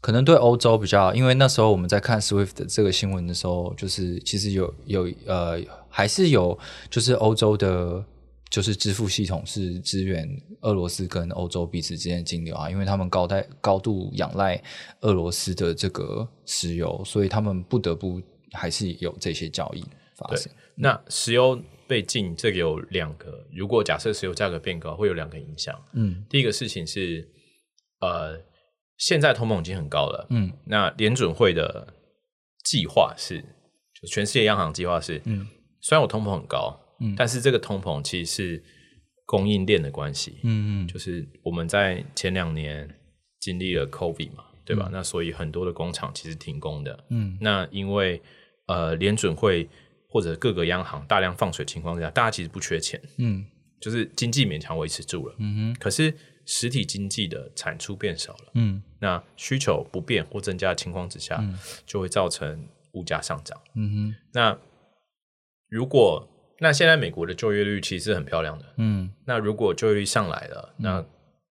S1: 可能对欧洲比较，因为那时候我们在看 SWIFT 的这个新闻的时候，就是其实有有呃，还是有就是欧洲的，就是支付系统是支援俄罗斯跟欧洲彼此之间的金流啊，因为他们高代高度仰赖俄罗斯的这个石油，所以他们不得不还是有这些交易发生。
S3: 那石油被禁，这个有两个，如果假设石油价格变高，会有两个影响。
S1: 嗯
S3: 第一个事情是，呃，现在通膨已经很高了，
S1: 嗯
S3: 那联准会的计划是，就全世界央行计划是，
S1: 嗯
S3: 虽然我通膨很高，
S1: 嗯
S3: 但是这个通膨其实是供应链的关系，
S1: 嗯嗯，
S3: 就是我们在前两年经历了 COVID 嘛，对吧？那所以很多的工厂其实停工的，
S1: 嗯
S3: 那因为呃联准会或者各个央行大量放水情况之下，大家其实不缺钱，
S1: 嗯
S3: 就是经济勉强维持住了，
S1: 嗯
S3: 可是实体经济的产出变少了。
S1: 嗯
S3: 那需求不变或增加的情况之下，就会造成物价上涨。
S1: 嗯
S3: 那如果那现在美国的就业率其实很漂亮的，
S1: 嗯
S3: 那如果就业率上来了，那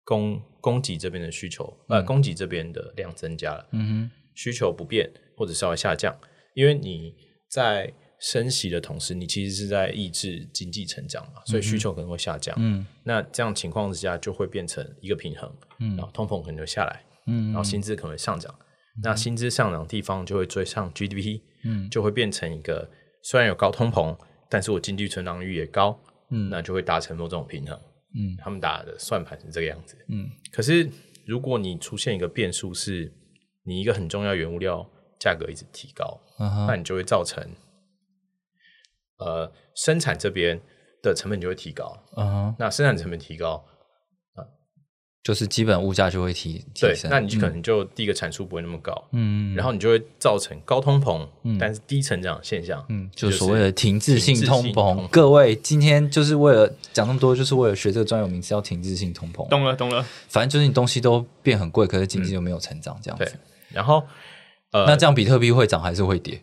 S3: 供供给这边的需求，呃，供给这边的量增加了，
S1: 嗯
S3: 需求不变或者稍微下降，因为你在升息的同时，你其实是在抑制经济成长嘛，所以需求可能会下降。
S1: 嗯
S3: 那这样情况之下，就会变成一个平衡，
S1: 嗯
S3: 然后通膨可能就下来，
S1: 嗯
S3: 然后薪资可能会上涨，那薪资上涨的地方就会追上 GDP，
S1: 嗯
S3: 就会变成一个虽然有高通膨，但是我经济成长率也高，
S1: 嗯
S3: 那就会达成某种平衡。
S1: 嗯
S3: 他们打的算盘是这个样子。
S1: 嗯，
S3: 可是如果你出现一个变数是，你一个很重要原物料价格一直提高，那
S1: 嗯，
S3: 你就会造成，呃，生产这边的成本就会提高。
S1: 嗯，
S3: 那生产成本提高，
S1: 就是基本物价就会提提
S3: 对，
S1: 升。
S3: 那你就可能就第一个产出不会那么高，
S1: 嗯，
S3: 然后你就会造成高通膨，但是低成长的现象，
S1: 嗯，
S3: 这
S1: 就是所谓的停滞性
S3: 停滞
S1: 通
S3: 性通
S1: 膨。
S3: 膨
S1: 各位今天就是为了讲那么多，就是为了学这个专有名词叫停滞性通膨。
S2: 懂了懂了，
S1: 反正就是你东西都变很贵，可是经济就没有成长这样
S3: 对
S1: 子。。
S3: 然后呃，
S1: 那这样比特币会涨还是会跌？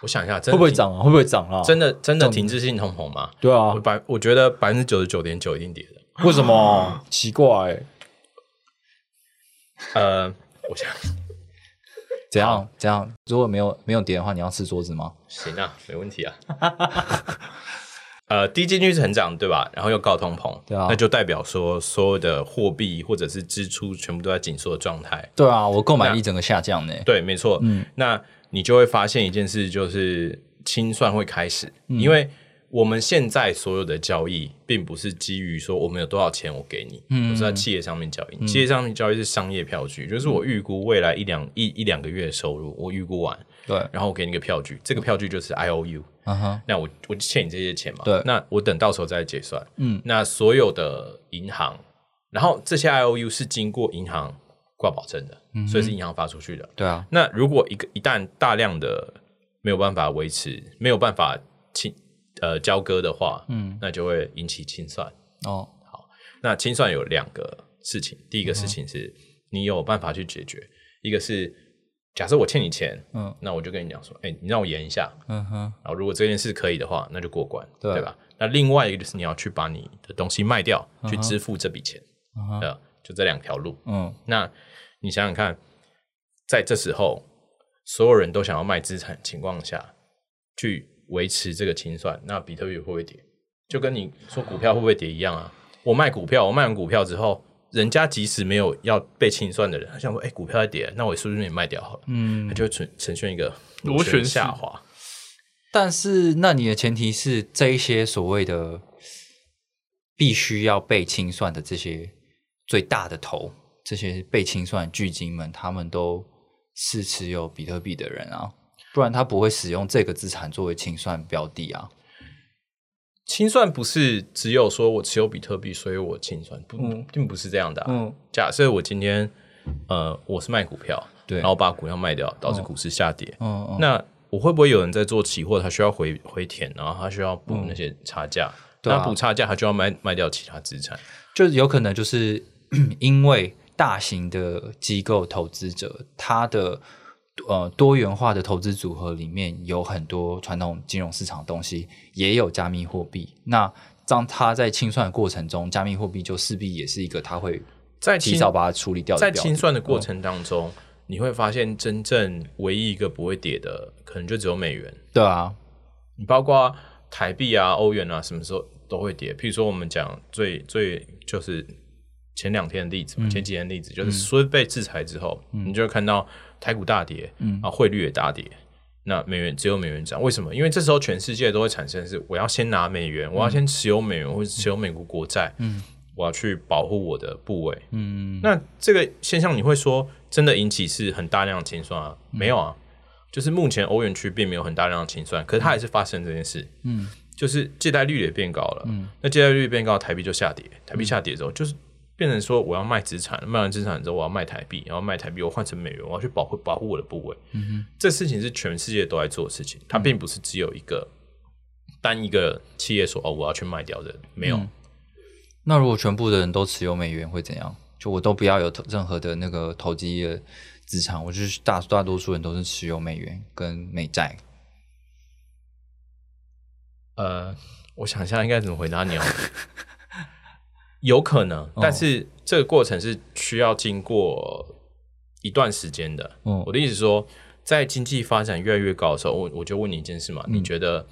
S3: 我想一下，真
S1: 会
S3: 的
S1: 不会
S3: 停？
S1: 涨啊？会不会涨啊？
S3: 真的真的
S1: 这种
S3: 停滞性通膨吗？
S1: 对啊
S3: 我，百我觉得百分之九十九点九一定跌的。
S1: 为什么？ 奇怪欸，
S3: 呃，我想
S1: 怎样怎样？如果没有没有跌的话，你要吃桌子吗？
S3: 行啊，没问题啊。呃，低进去成长对吧？然后又高通膨，
S1: 对啊
S3: 那就代表说所有的货币或者是支出全部都在紧缩的状态。
S1: 对啊，我购买
S3: 那
S1: 力整个下降呢。
S3: 对，没错。
S1: 嗯
S3: 那你就会发现一件事，就是清算会开始，
S1: 嗯
S3: 因为我们现在所有的交易，并不是基于说我们有多少钱我给你，
S1: 嗯
S3: 我是在企业上面交易。企业上面交易是商业票据，就是我预估未来一两一一两个月的收入，我预估完，
S1: 对，
S3: 然后我给你一个票据，这个票据就是 I O U。
S1: 嗯哼，
S3: 那我我就欠你这些钱嘛，
S1: 对
S3: 那我等到时候再结算。
S1: 嗯
S3: 那所有的银行，然后这些 I O U 是经过银行挂保证的，
S1: 嗯
S3: 所以是银行发出去的。
S1: 对啊，
S3: 那如果一个一旦大量的没有办法维持，没有办法清呃交割的话，
S1: 嗯，
S3: 那就会引起清算。
S1: 哦，
S3: 那清算有两个事情，第一
S1: 嗯
S3: 个事情是你有办法去解决，一个是假设我欠你钱，
S1: 嗯，
S3: 那我就跟你讲说，哎、你让我延一下，
S1: 嗯哼，
S3: 然后如果这件事可以的话，那就过关，
S1: 对
S3: 吧？那另外一个就是你要去把你的东西卖掉，去支付这笔钱，
S1: 嗯哼，
S3: 呃，就这两条路。
S1: 嗯
S3: 那你想想看，在这时候，所有人都想要卖资产的情况下，去维持这个清算，那比特币会不会跌？就跟你说股票会不会跌一样啊。我卖股票，我卖完股票之后，人家即使没有要被清算的人，他想说，哎、股票在跌，那我也顺便卖掉好了，
S1: 嗯
S3: 它，就会呈呈现一个
S2: 螺旋式
S3: 下滑。
S1: 但是，那你的前提是这一些所谓的必须要被清算的这些最大的头，这些被清算的巨鲸们，他们都是持有比特币的人啊，不然他不会使用这个资产作为清算标的啊。
S3: 清算不是只有说我持有比特币，所以我清算，不，
S1: 嗯
S3: 并不是这样的、啊。
S1: 嗯
S3: 假设我今天呃我是卖股票，
S1: 对
S3: 然后把股票卖掉，导致股市下跌，
S1: 嗯嗯，
S3: 那我会不会有人在做期货，他需要回回填，然后他需要补那些差价？
S1: 嗯对啊
S3: 那补差价，他就要卖卖掉其他资产。
S1: 就是有可能就是 因为大型的机构投资者，他的呃多元化的投资组合里面有很多传统金融市场的东西，也有加密货币。那当他在清算的过程中，加密货币就势必也是一个他会
S3: 在
S1: 提
S3: 清
S1: 早把它处理掉的嗯
S3: 在
S1: 标
S3: 清
S1: 的
S3: 算的过程当中，你会发现真正唯一一个不会跌的，可能就只有美元。
S1: 对啊，
S3: 你包括台币啊、欧元啊，什么时候都会跌。譬如说，我们讲最最就是前两天的例子嘛，前几天的例子就是 SWIFT 被制裁之后，你就会看到台股大跌，嗯啊，汇率也大跌。那美元只有美元涨，为什么？因为这时候全世界都会产生是我要先拿美元，我要先持有美元或者持有美国国债，嗯，我要去保护我的部位，嗯。那这个现象你会说真的引起是很大量的清算啊？没有啊，就是目前欧元区并没有很大量的清算，可是它还是发生这件事。嗯，就是借贷率也变高了。嗯，那借贷率变高，台币就下跌，台币下跌之后，就是变成说我要卖资产，卖完资产之后我要卖台币，然后卖台币我换成美元，我要去保护保护我的部位。嗯哼，这事情是全世界都在做的事情，它并不是只有一个单一个企业说哦我要去卖掉的，没有。
S1: 那如果全部的人都持有美元会怎样？就我都不要有投任何的那个投机的资产，我就是大大多数人都是持有美元跟美债。
S3: 呃，我想一下应该怎么回答你哦。有可能，但是这个过程是需要经过一段时间的。
S1: 嗯
S3: 我的意思是说，在经济发展越来越高的时候，我我就问你一件事嘛，你觉得，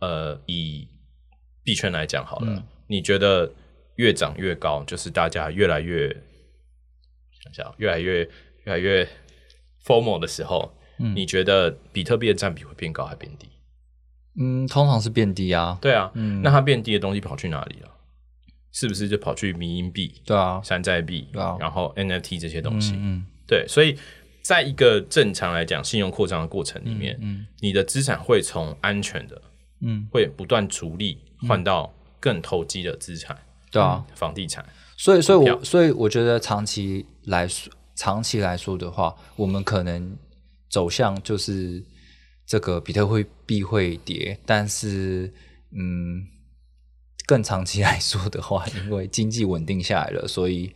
S3: 呃，以币圈来讲好了，你觉得越涨越高，就是大家越来越，想想越来越越来越 formal 的时候，你觉得比特币的占比会变高还变低？
S1: 嗯，通常是变低啊。
S3: 对啊，那它变低的东西跑去哪里了？是不是就跑去迷因币、
S1: 对啊，
S3: 山寨币，
S1: 对啊
S3: 然后 NFT 这些东西？
S1: 嗯
S3: 对，所以在一个正常来讲信用扩张的过程里面，你的资产会从安全的
S1: 嗯，
S3: 会不断逐利换到更投机的资产，
S1: 对啊。
S3: 房地产。
S1: 所以，所以
S3: 股票
S1: 我所以我觉得长期来说，长期来说的话，我们可能走向就是这个比特会币会跌，但是嗯，更长期来说的话，因为经济稳定下来了，所以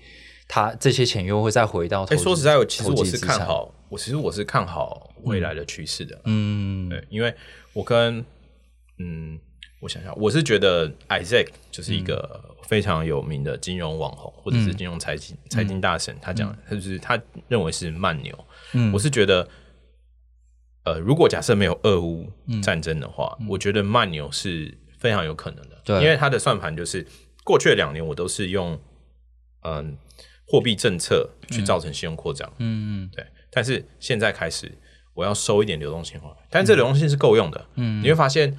S1: 它这些钱又会再回到投
S3: 哎、
S1: 资。
S3: 说实在，我其实
S1: 投机
S3: 我是
S1: 资
S3: 看
S1: 产，
S3: 好，我其实我是看好未来的趋势的。
S1: 嗯
S3: 对，因为我跟嗯，我想想，我是觉得 Isaac 就是一
S1: 嗯
S3: 个非常有名的金融网红，或者是金融财经、财经大神，他讲他就是他认为是慢牛，
S1: 嗯
S3: 我是觉得。呃，如果假设没有俄乌
S1: 嗯
S3: 战争的话，我觉得慢牛是非常有可能的，
S1: 对
S3: 因为它的算盘就是过去的两年我都是用嗯货币政策去造成信用扩张，
S1: 嗯
S3: 对，但是现在开始，我要收一点流动性回来，但这流动性是够用的。嗯，你会发现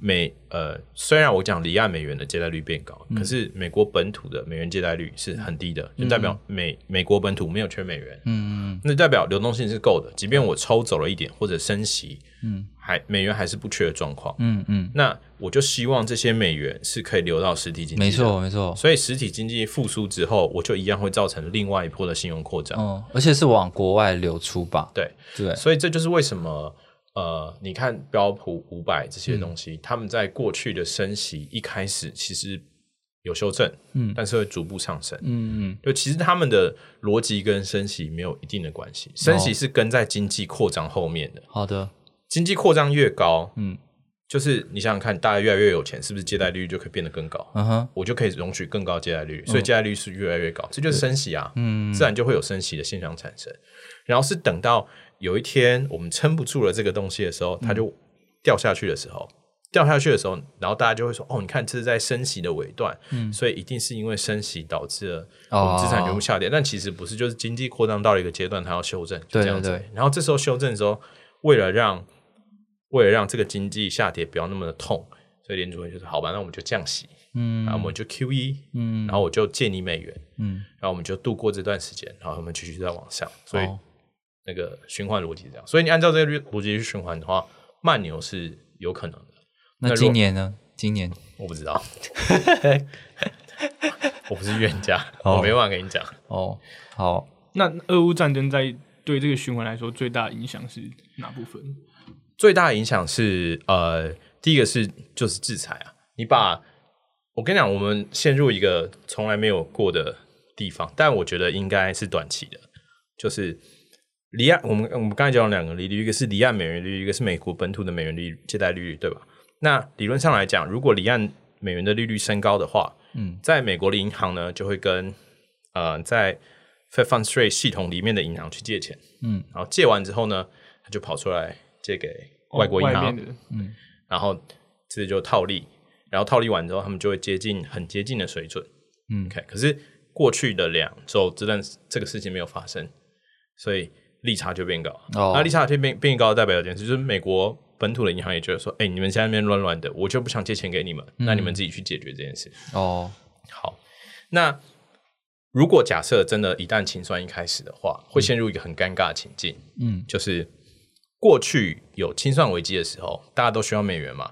S3: 美呃，虽然我讲离岸美元的借贷率变
S1: 嗯
S3: 高，可是美国本土的美元借贷率是很低的，就代表美美国本土没有缺美元。
S1: 嗯嗯
S3: 那代表流动性是够的，即便我抽走了一点或者升息，嗯，还美元还是不缺的状况。
S1: 嗯嗯，
S3: 那我就希望这些美元是可以流到实体经济，
S1: 没。错没错，
S3: 所以实体经济复苏之后，我就一样会造成另外一波的信用扩张。
S1: 嗯，而且是往国外流出吧？
S3: 对，
S1: 对，
S3: 所以这就是为什么呃，你看标普五百这
S1: 嗯
S3: 些东西，他们在过去的升息一开始其实有修正，嗯，但是会逐步上升，
S1: 嗯嗯
S3: 就其实他们的逻辑跟升息没有一定的关
S1: 哦
S3: 系，升息是跟在经济扩张后面的，
S1: 好的，
S3: 经济扩张越高，
S1: 嗯
S3: 就是你想想看，大家越来越有钱，是不是借贷利率就可以变得更高？
S1: 嗯哼，
S3: 我就可以容许更高借贷率，所以借贷率是越来越高，这就是升息啊，
S1: 嗯
S3: 自然就会有升息的现象产生。然后是等到有一天我们撑不住了这个东西的时候，它
S1: 嗯
S3: 就掉下去的时候，掉下去的时候，然后大家就会说：“哦，你看这是在升息的尾段，
S1: 嗯
S3: 所以一定是因为升息导致了
S1: 哦
S3: 我们资产全部下跌。但其实不是，就是经济扩张到了一个阶段，它要修正，就
S1: 对
S3: 这样子。
S1: 对对
S3: 然后这时候修正的时候，为了让为了让这个经济下跌不要那么的痛，所以联储会就说：好吧，那我们就降息。”
S1: 嗯
S3: 然后我们就 Q E，
S1: 嗯
S3: 然后我就借你美元，
S1: 嗯，
S3: 然后我们就度过这段时间，然后我们继续再往上，所以
S1: 哦
S3: 那个循环逻辑是这样。所以你按照这个逻辑去循环的话，慢牛是有可能的。
S1: 那
S3: 那如
S1: 今
S3: 果
S1: 年呢？今年
S3: 我不 知道，我不是预言家，
S1: 哦
S3: 我没办法跟你讲。
S1: 哦，好，
S2: 那俄乌战争在对这个循环来说最大的影响是哪部分？
S3: 最大的影响是呃，第一个是就是制裁啊，你把我跟你讲，我们陷入一个从来没有过的地方，但我觉得应该是短期的，就是离岸，我们我们刚才讲了两个利率，一个是离岸美元利率，一个是美国本土的美元利率借贷利率，对吧？那理论上来讲，如果离岸美元的利率升高的话，
S1: 嗯
S3: 在美国的银行呢就会跟呃在 Fed Fund Three 系统里面的银行去借钱，
S1: 嗯，
S3: 然后借完之后呢，他就跑出来借给外国银
S2: 哦外
S3: 行
S2: 面，的
S3: 然后这就套利，然后套利完之后，他们就会接近很接近的水准。
S1: 嗯
S3: ，OK。可是过去的两周，这段这个事情没有发生，所以利差就变高。
S1: 哦
S3: 那利差就变变高，代表一件事，就是美国本土的银行也觉得说，哎、你们现在那边乱乱的，我就不想借钱给你们，
S1: 嗯
S3: 那你们自己去解决这件事。
S1: 哦，
S3: 好，那如果假设真的，一旦清算一开始的话，会陷入一个很尴尬的情境，
S1: 嗯，
S3: 就是过去有清算危机的时候，大家都需要美元嘛，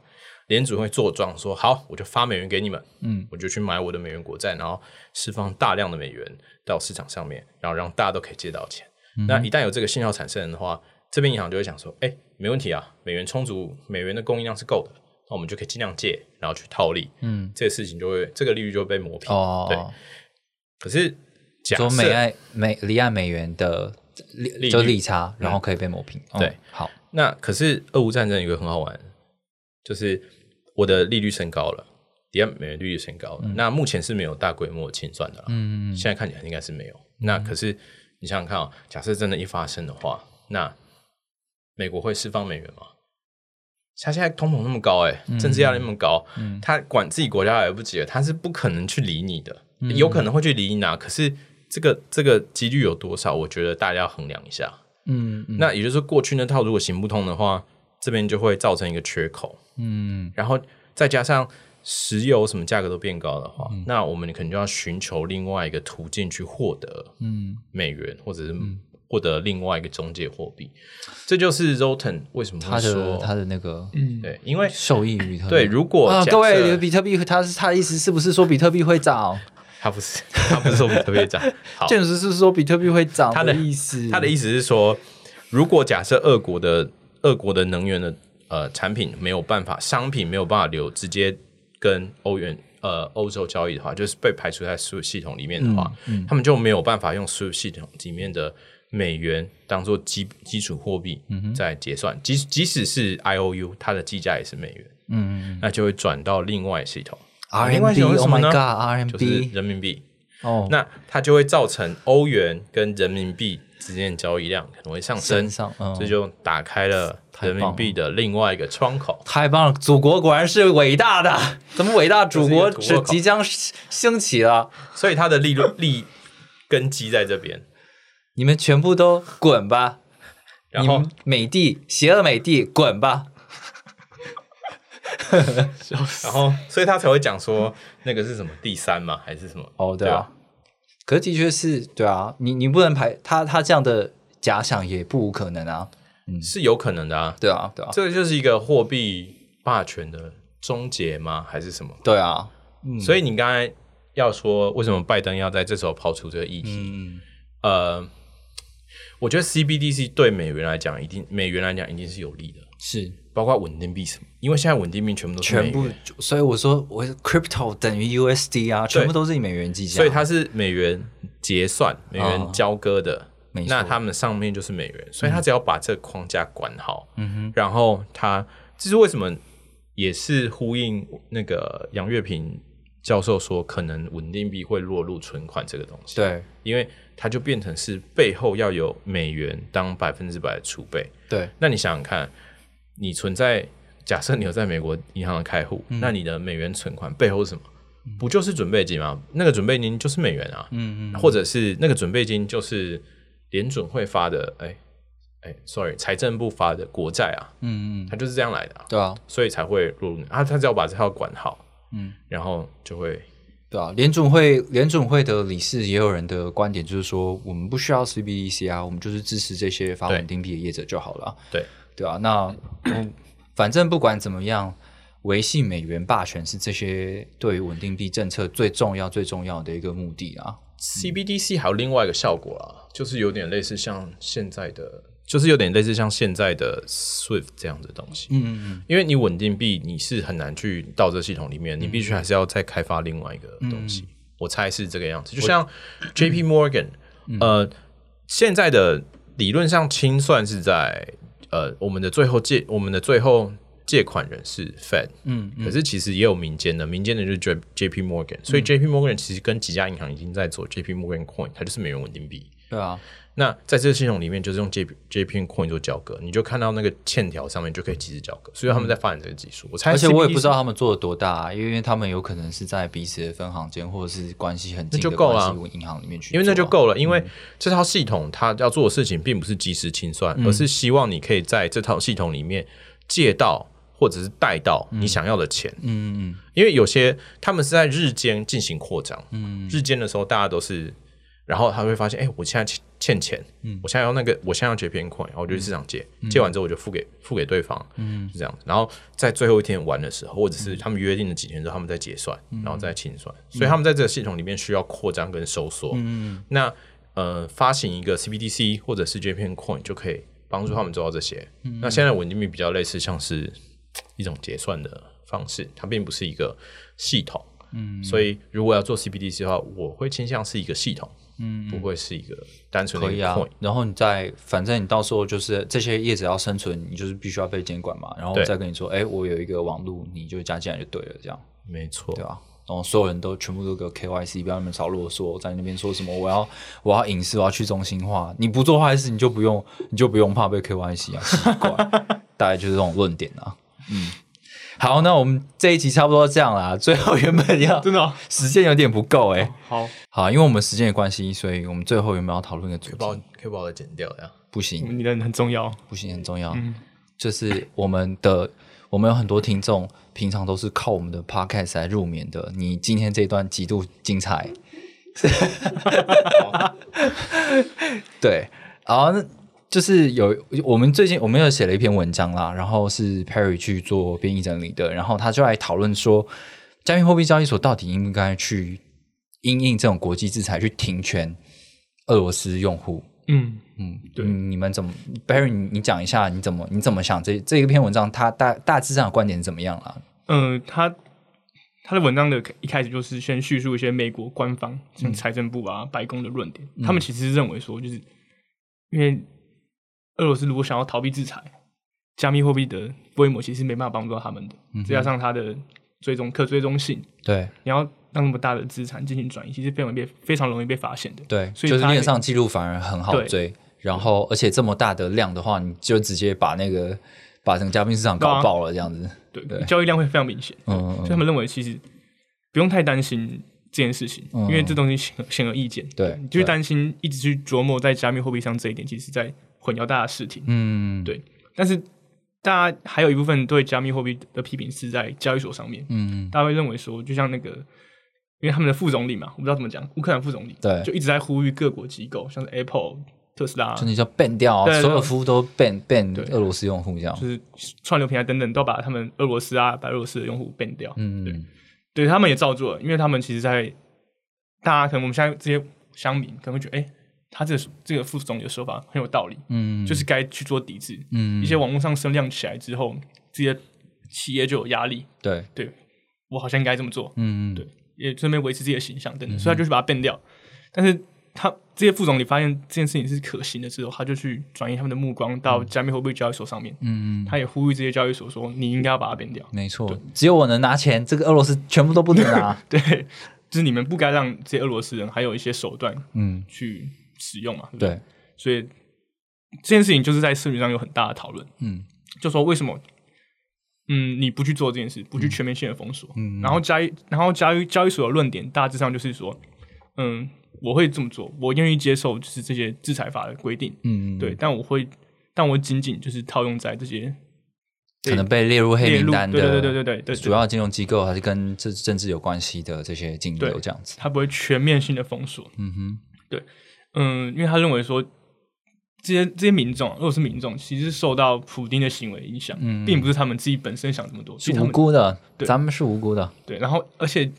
S3: 联储会做庄说好，我就发美元给你们，
S1: 嗯，
S3: 我就去买我的美元国债，然后释放大量的美元到市场上面，然后让大家都可以借到钱。
S1: 嗯
S3: 那一旦有这个信号产生的话，这边银行就会想说，哎、没问题啊，美元充足，美元的供应量是够的，那我们就可以尽量借，然后去套利，
S1: 嗯，
S3: 这个事情就会这个利率就会被磨平。
S1: 哦，
S3: 对。可是假
S1: 说
S3: 设
S1: 美爱美离岸美元的
S3: 利
S1: 利就
S3: 率
S1: 利差，然后可以被抹平。
S3: 对
S1: 嗯，好，
S3: 那可是俄乌战争有一个很好玩，就是我的利率升高了，离岸美元利率升高了。那目前是没有大规模清算的啦，
S1: 嗯，
S3: 现在看起来应该是没有。那可是你想想看啊、假设真的一发生的话，那美国会释放美元吗？他现在通膨那么高、欸，
S1: 嗯
S3: 政治压力那么高，他管自己国家来不及了，他是不可能去理你的，
S1: 嗯
S3: 有可能会去理你啊，可是这个这个几率有多少？我觉得大家要衡量一下。
S1: 嗯嗯
S3: 那也就是说，过去那套如果行不通的话，这边就会造成一个缺口，
S1: 嗯
S3: 然后再加上石油什么价格都变高的话，
S1: 嗯
S3: 那我们可能就要寻求另外一个途径去获得
S1: 嗯，
S3: 美元，或者是获得另外一个中介货币。这就是 Roten 为什么
S1: 他
S3: 会
S1: 的
S3: 说
S1: 他的那个
S3: 对，因为
S1: 受益于特
S3: 对，如果
S1: 啊，
S3: 假
S1: 各位
S3: 设
S1: 比特币，他是他的意思是不是说比特币会涨？
S3: 他不是 他不是我们特 别讲，好，
S1: 建筑师是说比特币会涨，
S3: 他的
S1: 意思，
S3: 他的意思是说，如果假设俄国的俄国的能源的呃产品没有办法，商品没有办法流直接跟欧元呃欧洲交易的话，就是被排除在 SWIFT 系统里面的话，
S1: 嗯
S3: 他们就没有办法用 SWIFT 系统里面的美元当做基基础货币
S1: 嗯
S3: 在结算，即即使是 IOU，它的计价也是美元，
S1: 嗯
S3: 那就会转到另外系统。另外一种是什
S1: ，RMB，Oh Oh
S3: 么
S1: my
S3: 呢就是
S1: God，RMB，
S3: 人民币。
S1: 哦，
S3: 那它就会造成欧元跟人民币之间的交易量可能会上升
S1: 身，上，嗯
S3: 这就打开了人民币的另外一个窗口。
S1: 太棒了！祖国果然是伟大 的，咱们伟大祖国
S3: 这是
S1: 只
S3: 一个国宝
S1: 即将兴起了，
S3: 所以它的利润利根基在这边。
S1: 你们全部都滚吧！
S3: 然后
S1: 你们美帝，邪恶美帝，滚吧！
S3: 然后，所以他才会讲说那个是什么第三嘛，还是什么？
S1: 哦，对
S3: 对
S1: 啊
S3: 啊，
S1: 可是的确是对啊，你你不能排他他这样的假想也不无可能啊，
S3: 是有可能的啊。
S1: 对啊，对啊，
S3: 这个就是一个货币霸权的终结吗？还是什么？
S1: 对啊，
S3: 所以你刚才要说为什么拜登要在这时候抛出这个议题？
S1: 嗯
S3: 呃，我觉得 CBDC 对美元来讲，一定美元来讲一定是有利的，
S1: 是
S3: 包括稳定币什么，因为现在稳定币全部都是美
S1: 全
S3: 元
S1: 部，所以我说我 crypto 等于 USD 啊，全部都是以美元计价，
S3: 所以它是美元结算、美元交割的。
S1: 没错
S3: 那他们上面就是美元，所以他只要把这个框架管好，嗯哼，然后他这是为什么，也是呼应那个杨月平教授说，可能稳定币会落入存款这个东西，
S1: 对
S3: 因为它就变成是背后要有美元当百分之百的储备，
S1: 对
S3: 那你想想看，你存在假设你有在美国银行的开户，那你的美元存款背后是什么？不就是准备金吗？那个准备金就是美元啊，嗯嗯，或者是那个准备金就是联准会发的，哎、哎、s o r r y 财政部发的国债啊，
S1: 嗯嗯
S3: 它就是这样来的、啊，
S1: 对啊
S3: 所以才会落入啊，他只要把这套管好，
S1: 嗯，
S3: 然后就会
S1: 对啊，联总会联总会的理事也有人的观点就是说，我们不需要 CBDC 啊，我们就是支持这些发
S3: 对
S1: 稳定币的业者就好了啊、
S3: 对
S1: 对啊，那嗯反正不管怎么样，维系美元霸权是这些对于稳定币政策最重要、最重要的一个目的啊。
S3: CBDC 还有另外一个效果啦，就是有点类似像现在的，就是有点类似像现在的 SWIFT 这样的东西。嗯嗯嗯嗯，因为你稳定币你是很难去到这系统里面，你必须还是要再开发另外一个东西。嗯我嗯猜是这个样子，就像 JP Morgan，、呃，现在的理论上清算是在呃我们的最后借我们的最后借款人是 Fed，
S1: 嗯
S3: 可是其实也有民间的，民间的就是 J J P Morgan，所以
S1: 嗯
S3: J P Morgan 其实跟几家银行已经在做 J P Morgan Coin，它就是美元稳定币。
S1: 对啊，
S3: 那在这个系统里面，就是用 J P J P Coin 做交割，你就看到那个欠条上面就可以及时交割，所以他们在发展这个技术。我猜，
S1: 而且我也不知道，他们做的多大、啊因为他们有可能是在彼此的分行间，或者是关系很近的
S3: 那就够了
S1: 关系银行里面去做啊、
S3: 因为那就够了，因为这套系统它要做的事情并不是及时清算，
S1: 嗯
S3: 而是希望你可以在这套系统里面借到或者是贷到你想要的钱。
S1: 嗯，嗯嗯，
S3: 因为有些他们是在日间进行扩张，嗯，日间的时候大家都是，然后他会发现，哎、我现在欠欠钱，嗯，我现在要那个，我现在要借偏款，然后我
S1: 嗯
S3: 就去市场借，借完之后我就付给付给对方，嗯，是这样子。然后在最后一天玩的时候，或者是
S1: 嗯
S3: 他们约定了几天之后，他们再结算，然后再清算，所以他们在这个系统里面需要扩张跟收缩，嗯，那呃，发行一个 CBDC 或者是 JPN Coin 就可以帮助他们做到这些。那现在稳定币比较类似像是一种结算的方式，它并不是一个系统。嗯，所以如果要做 CBDC 的话，我会倾向是一个系统，嗯，不会是一个单纯的
S1: 可
S3: 一
S1: 以
S3: 个
S1: 啊
S3: coin。。
S1: 然后你再，反正你到时候就是这些业者要生存，你就是必须要被监管嘛。然后我
S3: 对
S1: 再跟你说，哎、我有一个网路，你就加进来就对了，这样
S3: 没错
S1: 对，吧、啊然后所有人都全部都给我 KYC，不要那么少啰嗦，在那边说什么我要我要隐私，我要去中心化。你不做坏事，你就不用你就不用怕被 KYC 啊，奇怪， 大概就是这种论点啊。嗯，好，那我们这一集差不多这样啦。最后原本要
S2: 真的哦
S1: 时间有点不够哎、
S2: 好，
S1: 好，因为我们时间的关系，所以我们最后有没有要讨论的主
S3: 可
S1: 题
S3: 以把？我可以把我的剪掉呀。
S1: 不行，
S2: 你的很重要，
S1: 不行，很重要。就是我们的，我们有很多听众，平常都是靠我们的 podcast 来入眠的。你今天这一段极度精彩， 对，好，那就是有我们最近我们有写了一篇文章啦，然后是 Perry 去做编译整理的，然后他就来讨论说，加密货币交易所到底应该去因应这种国际制裁去停权俄罗斯用户。
S2: 嗯，
S1: 嗯，
S2: 对
S1: 嗯你们怎么，Barry，你你讲一下你怎么你怎么想这这一篇文章，它大大致上的观点怎么样啦？
S2: 呃，他他的文章的一开始就是先叙述一些美国官方，
S1: 嗯
S2: 像财政部啊、白宫的论点，他们其实是认为说，就是因为俄罗斯如果想要逃避制裁，加密货币的规模其实没办法帮助到他们的，
S1: 嗯
S2: 再加上它的追踪可追踪性，
S1: 对
S2: 你要让那么大的资产进行转移，其实非常被非常容易被发现的。
S1: 对，
S2: 所以
S1: 就是
S2: 它
S1: 链上记录反而很好
S2: 对
S1: 追，然后而且这么大的量的话，你就直接把那个把整个嘉宾市场
S2: 对
S1: 搞
S2: 啊
S1: 爆了这样子。
S2: 对
S1: 对
S2: 交易量会非常明显。
S1: 嗯嗯
S2: 所以他们认为其实不用太担心这件事情，
S1: 嗯
S2: 因为这东西显而显而易见。
S1: 对
S2: 你就
S1: 对
S2: 是担心一直去琢磨在加密货币上这一点，其实在混淆大家的视听。
S1: 嗯，
S2: 对但是大家还有一部分对加密货币的批评是在交易所上面，
S1: 嗯，
S2: 大家会认为说，就像那个。因为他们的副总理嘛，我不知道怎么讲，乌克兰副总理
S1: 对
S2: 就一直在呼吁各国机构，像是 Apple、特斯拉，
S1: 就你就 ban 掉
S2: 对对
S1: 所有服务都 ban ban
S2: 对
S1: 俄罗斯用户这样。
S2: 就是串流平台等等，都把他们俄罗斯啊、白俄罗斯的用户 ban 掉。
S1: 嗯，
S2: 对对他们也照做了，因为他们其实在大家可能我们现在这些乡民可能会觉得，哎、他这个这个副总理的说法很有道理，
S1: 嗯，
S2: 就是该去做抵制。
S1: 嗯
S2: 一些网络上声量起来之后，这些企业就有压力，
S1: 对，
S2: 对我好像应该这么做，
S1: 嗯，
S2: 对也顺便维持自己的形象等等，所以他就去把它变掉。但是他这些副总理发现这件事情是可行的之后，他就去转移他们的目光到加密货币交易所上面，
S1: 嗯，
S2: 他也呼吁这些交易所说，你应该要把它变掉。
S1: 没错，只有我能拿钱，这个俄罗斯全部都不能拿
S2: 。对，就是你们不该让这些俄罗斯人还有一些手段
S1: 嗯，
S2: 去使用嘛，对不对？
S1: 对，
S2: 所以这件事情就是在社群上有很大的讨论，
S1: 嗯
S2: 就说为什么，嗯，你不去做这件事，不去全面性的封锁，
S1: 嗯
S2: 然后交易，然后交易交易所的论点大致上就是说，嗯，我会这么做，我愿意接受就是这些制裁法的规定，
S1: 嗯，嗯
S2: 对，，但我会，但我仅仅就是套用在这些
S1: 可能被列入黑
S2: 列
S1: 名
S2: 入，对
S1: 单的，
S2: 对对对对对对，
S1: 主要金融机构还是跟这政治有关系的这些金流
S2: 对
S1: 这样子。
S2: 他不会全面性的封锁。
S1: 嗯哼，
S2: 嗯，因为他认为说，这些这些民众，如果是民众，其实是受到普丁的行为影响，并不是他们自己本身想这么多，
S1: 嗯是
S2: 其实他
S1: 无
S2: 们
S1: 辜的，
S2: 对
S1: 咱们是无辜的。
S2: 对。然后，而且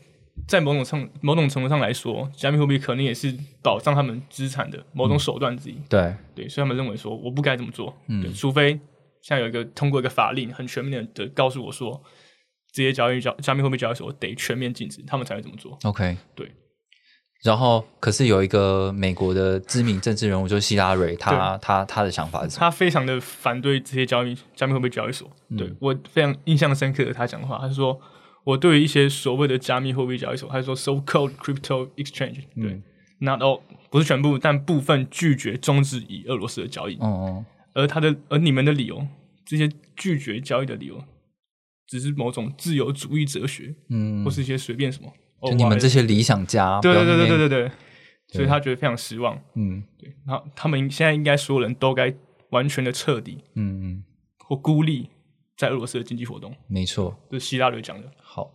S2: 在某种程某种程度上来说，加密货币可能也是保障他们资产的某种手段之一。
S1: 对，
S2: 对，所以他们认为说，我不该这么做，
S1: 嗯
S2: 对，除非像有一个通过一个法令很全面的告诉我说，这些交易交加密货币交易所得全面禁止，他们才会这么做。
S1: OK，
S2: 对，
S1: 然后可是有一个美国的知名政治人物，就是希拉蕊，他他他的想法是什么？
S2: 他非常的反对这些交易加密货币交易所。
S1: 嗯
S2: 对我非常印象深刻的他讲话，他说我对于一些所谓的加密货币交易所，他说 so called crypto exchange，对、n
S1: 嗯
S2: o t all 不是全部，但部分拒绝终止以俄罗斯的交易。
S1: 嗯
S2: 而他的而你们的理由，这些拒绝交易的理由，只是某种自由主义哲学，
S1: 嗯
S2: 或是一些随便什么。
S1: 嗯，就你们这
S2: 些，
S1: 些理想家，
S2: 哦对对对对对
S1: 对，
S2: 对对，所以他觉得非常失望。
S1: 嗯
S2: 对，然后他们现在应该所有人都该完全的彻底
S1: 嗯嗯，
S2: 或孤立在俄罗斯的经济活动，
S1: 没错。
S2: 这是希拉里讲的。
S1: 好，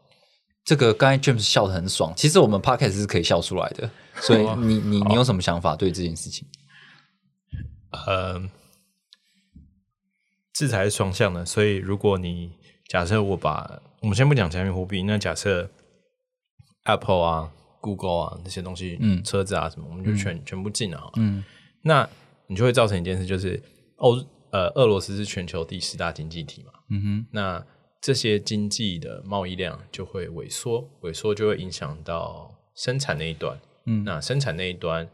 S1: 这个刚才 James 笑得很爽，其实我们 podcast 是可以笑出来的，所以
S2: 哦
S1: 你你你有什么想法对这件事情？
S3: 呃，制裁是双向的，所以如果你假设我把我们先不讲加密货币，那假设 Apple 啊、Google 啊那些东西，
S1: 嗯
S3: 车子啊什么，我们就全、全部禁了好了，
S1: 嗯
S3: 那你就会造成一件事，就是欧呃俄罗斯是全球第十大经济体嘛，
S1: 嗯哼，
S3: 那这些经济的贸易量就会萎缩，萎缩就会影响到生产那一端。
S1: 嗯
S3: 那生产那一端，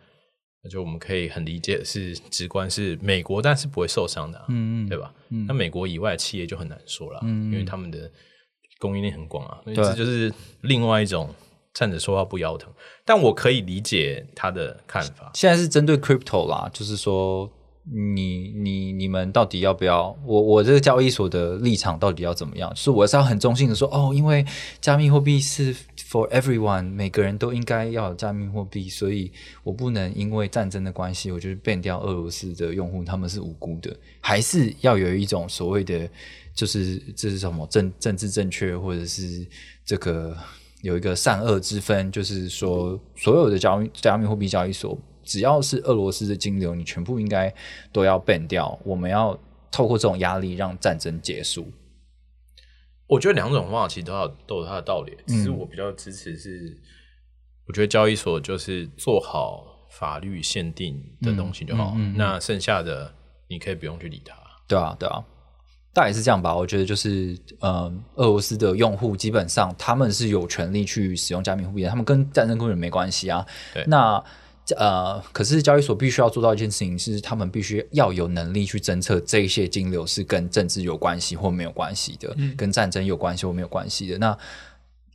S3: 那就我们可以很理解的是直观是美国，但是不会受伤的、啊，
S1: 嗯嗯
S3: 对吧？
S1: 嗯
S3: 那美国以外的企业就很难说了，
S1: 嗯
S3: 因为他们的供应链很广啊，所以
S1: 对
S3: 这就是另外一种站着说话不腰疼。但我可以理解他的看法，
S1: 现在是针对 crypto 啦，就是说你你你们到底要不要？我我这个交易所的立场到底要怎么样？就是我是要很中性的说，哦，因为加密货币是 for everyone，每个人都应该要有加密货币，所以我不能因为战争的关系，我就是 ban 掉俄罗斯的用户，他们是无辜的，还是要有一种所谓的就是这是什么政政治正确，或者是这个有一个善恶之分，就是说所有的交易加密货币交易所，只要是俄罗斯的金流，你全部应该都要 ban 掉。我们要透过这种压力让战争结束。
S3: 我觉得两种方法其实都有都有它的道理，只是
S1: 嗯
S3: 我比较支持是，我觉得交易所就是做好法律限定的东西就好，
S1: 嗯嗯嗯嗯
S3: 那剩下的你可以不用去理它。
S1: 对啊，对啊，大概是这样吧。我觉得就是，嗯，俄罗斯的用户基本上他们是有权利去使用加密货币的，他们跟战争根本没关系啊。
S3: 对
S1: 那呃，可是交易所必须要做到一件事情，是他们必须要有能力去侦测这一些金流是跟政治有关系或没有关系的，
S2: 嗯
S1: 跟战争有关系或没有关系的。那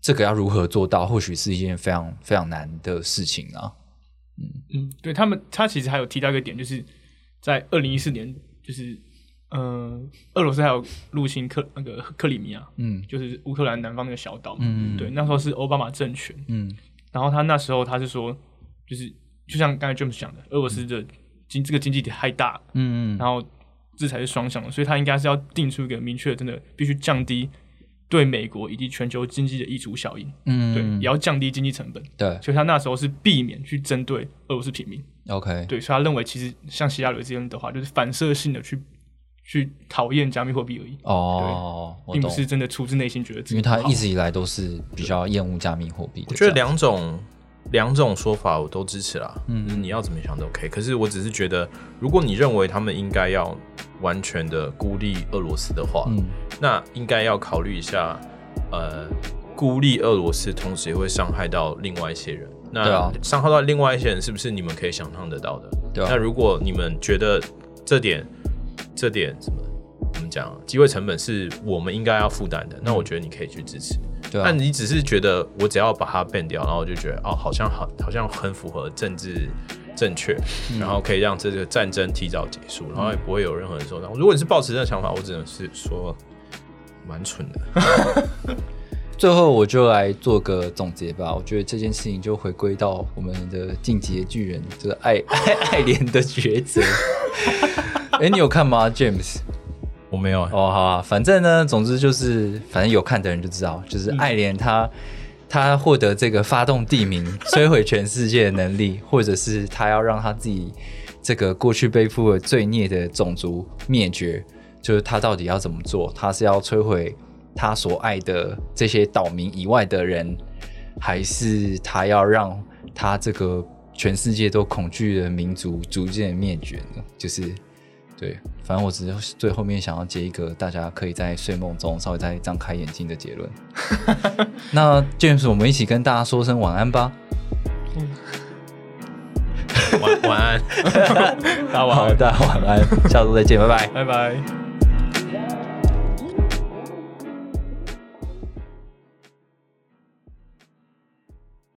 S1: 这个要如何做到，或许是一件非常非常难的事情啊。
S2: 嗯，对他们，他其实还有提到一个点，就是在二零一四年，就是呃，俄罗斯还有入侵克那个克里米亚，
S1: 嗯
S2: 就是乌克兰南方那个小岛嘛。
S1: 嗯
S2: 对，那时候是奥巴马政权，
S1: 嗯
S2: 然后他那时候他是说，就是就像刚才 James 讲的，俄罗斯的经这个经济体太大了，
S1: 嗯嗯
S2: 然后制裁是双向的，所以他应该是要定出一个明确的，真的必须降低对美国以及全球经济的溢出效应，
S1: 嗯，
S2: 对，也要降低经济成本。
S1: 对
S2: 所以他那时候是避免去针对俄罗斯平民，
S1: ，OK，
S2: 对，所以他认为其实像希拉里这边的话，就是反射性的去去讨厌加密货币而已，
S1: 哦，我
S2: 并不
S1: 懂。
S2: 是真的出自内心觉得自己
S1: 因为他
S2: 好
S1: 一直以来都是比较厌恶加密货币的
S3: 我
S1: 这
S3: 觉
S1: 样。
S3: 得两种两种说法我都支持啦，嗯，你要怎么想都可以。可是我只是觉得，如果你认为他们应该要完全的孤立俄罗斯的话，
S1: 嗯
S3: 那应该要考虑一下，呃，孤立俄罗斯，同时也会伤害到另外一些人。
S1: 对
S3: 那
S1: 啊
S3: 伤害到另外一些人，是不是你们可以想象得到的？
S1: 对啊
S3: 那如果你们觉得这点、这点什么，我们讲机会成本是我们应该要负担的，那我觉得你可以去支持。
S1: 对
S3: 那
S1: 啊，
S3: 你只是觉得我只要把它变掉，然后我就觉得哦，好像好，好像很符合政治正确，然后可以让这个战争提早结束，然后也不会有任何人受伤。如果你是抱持这个想法，我只能是说蛮蠢的。
S1: 最后我就来做个总结吧。我觉得这件事情就回归到我们的进击的巨人，就是爱 爱爱莲的抉择。哎、你有看吗，James？
S3: 我没有啊，
S1: 哦，好啊，反正呢，总之就是，反正有看的人就知道，就是爱莲她，她获得这个发动地名、摧毁全世界的能力，或者是她要让她自己这个过去背负了罪孽的种族灭绝，就是她到底要怎么做？她是要摧毁她所爱的这些岛民以外的人，还是她要让她这个全世界都恐惧的民族逐渐灭绝呢？就是。对，反正我只是最后面想要接一个大家可以在睡梦中稍微再张开眼睛的结 论。那 James，我们一起跟大家说声晚安吧。
S3: 晚晚安，大家晚
S1: 好，
S3: 安，
S1: 大家晚安，下周再见，拜拜。
S2: 拜拜。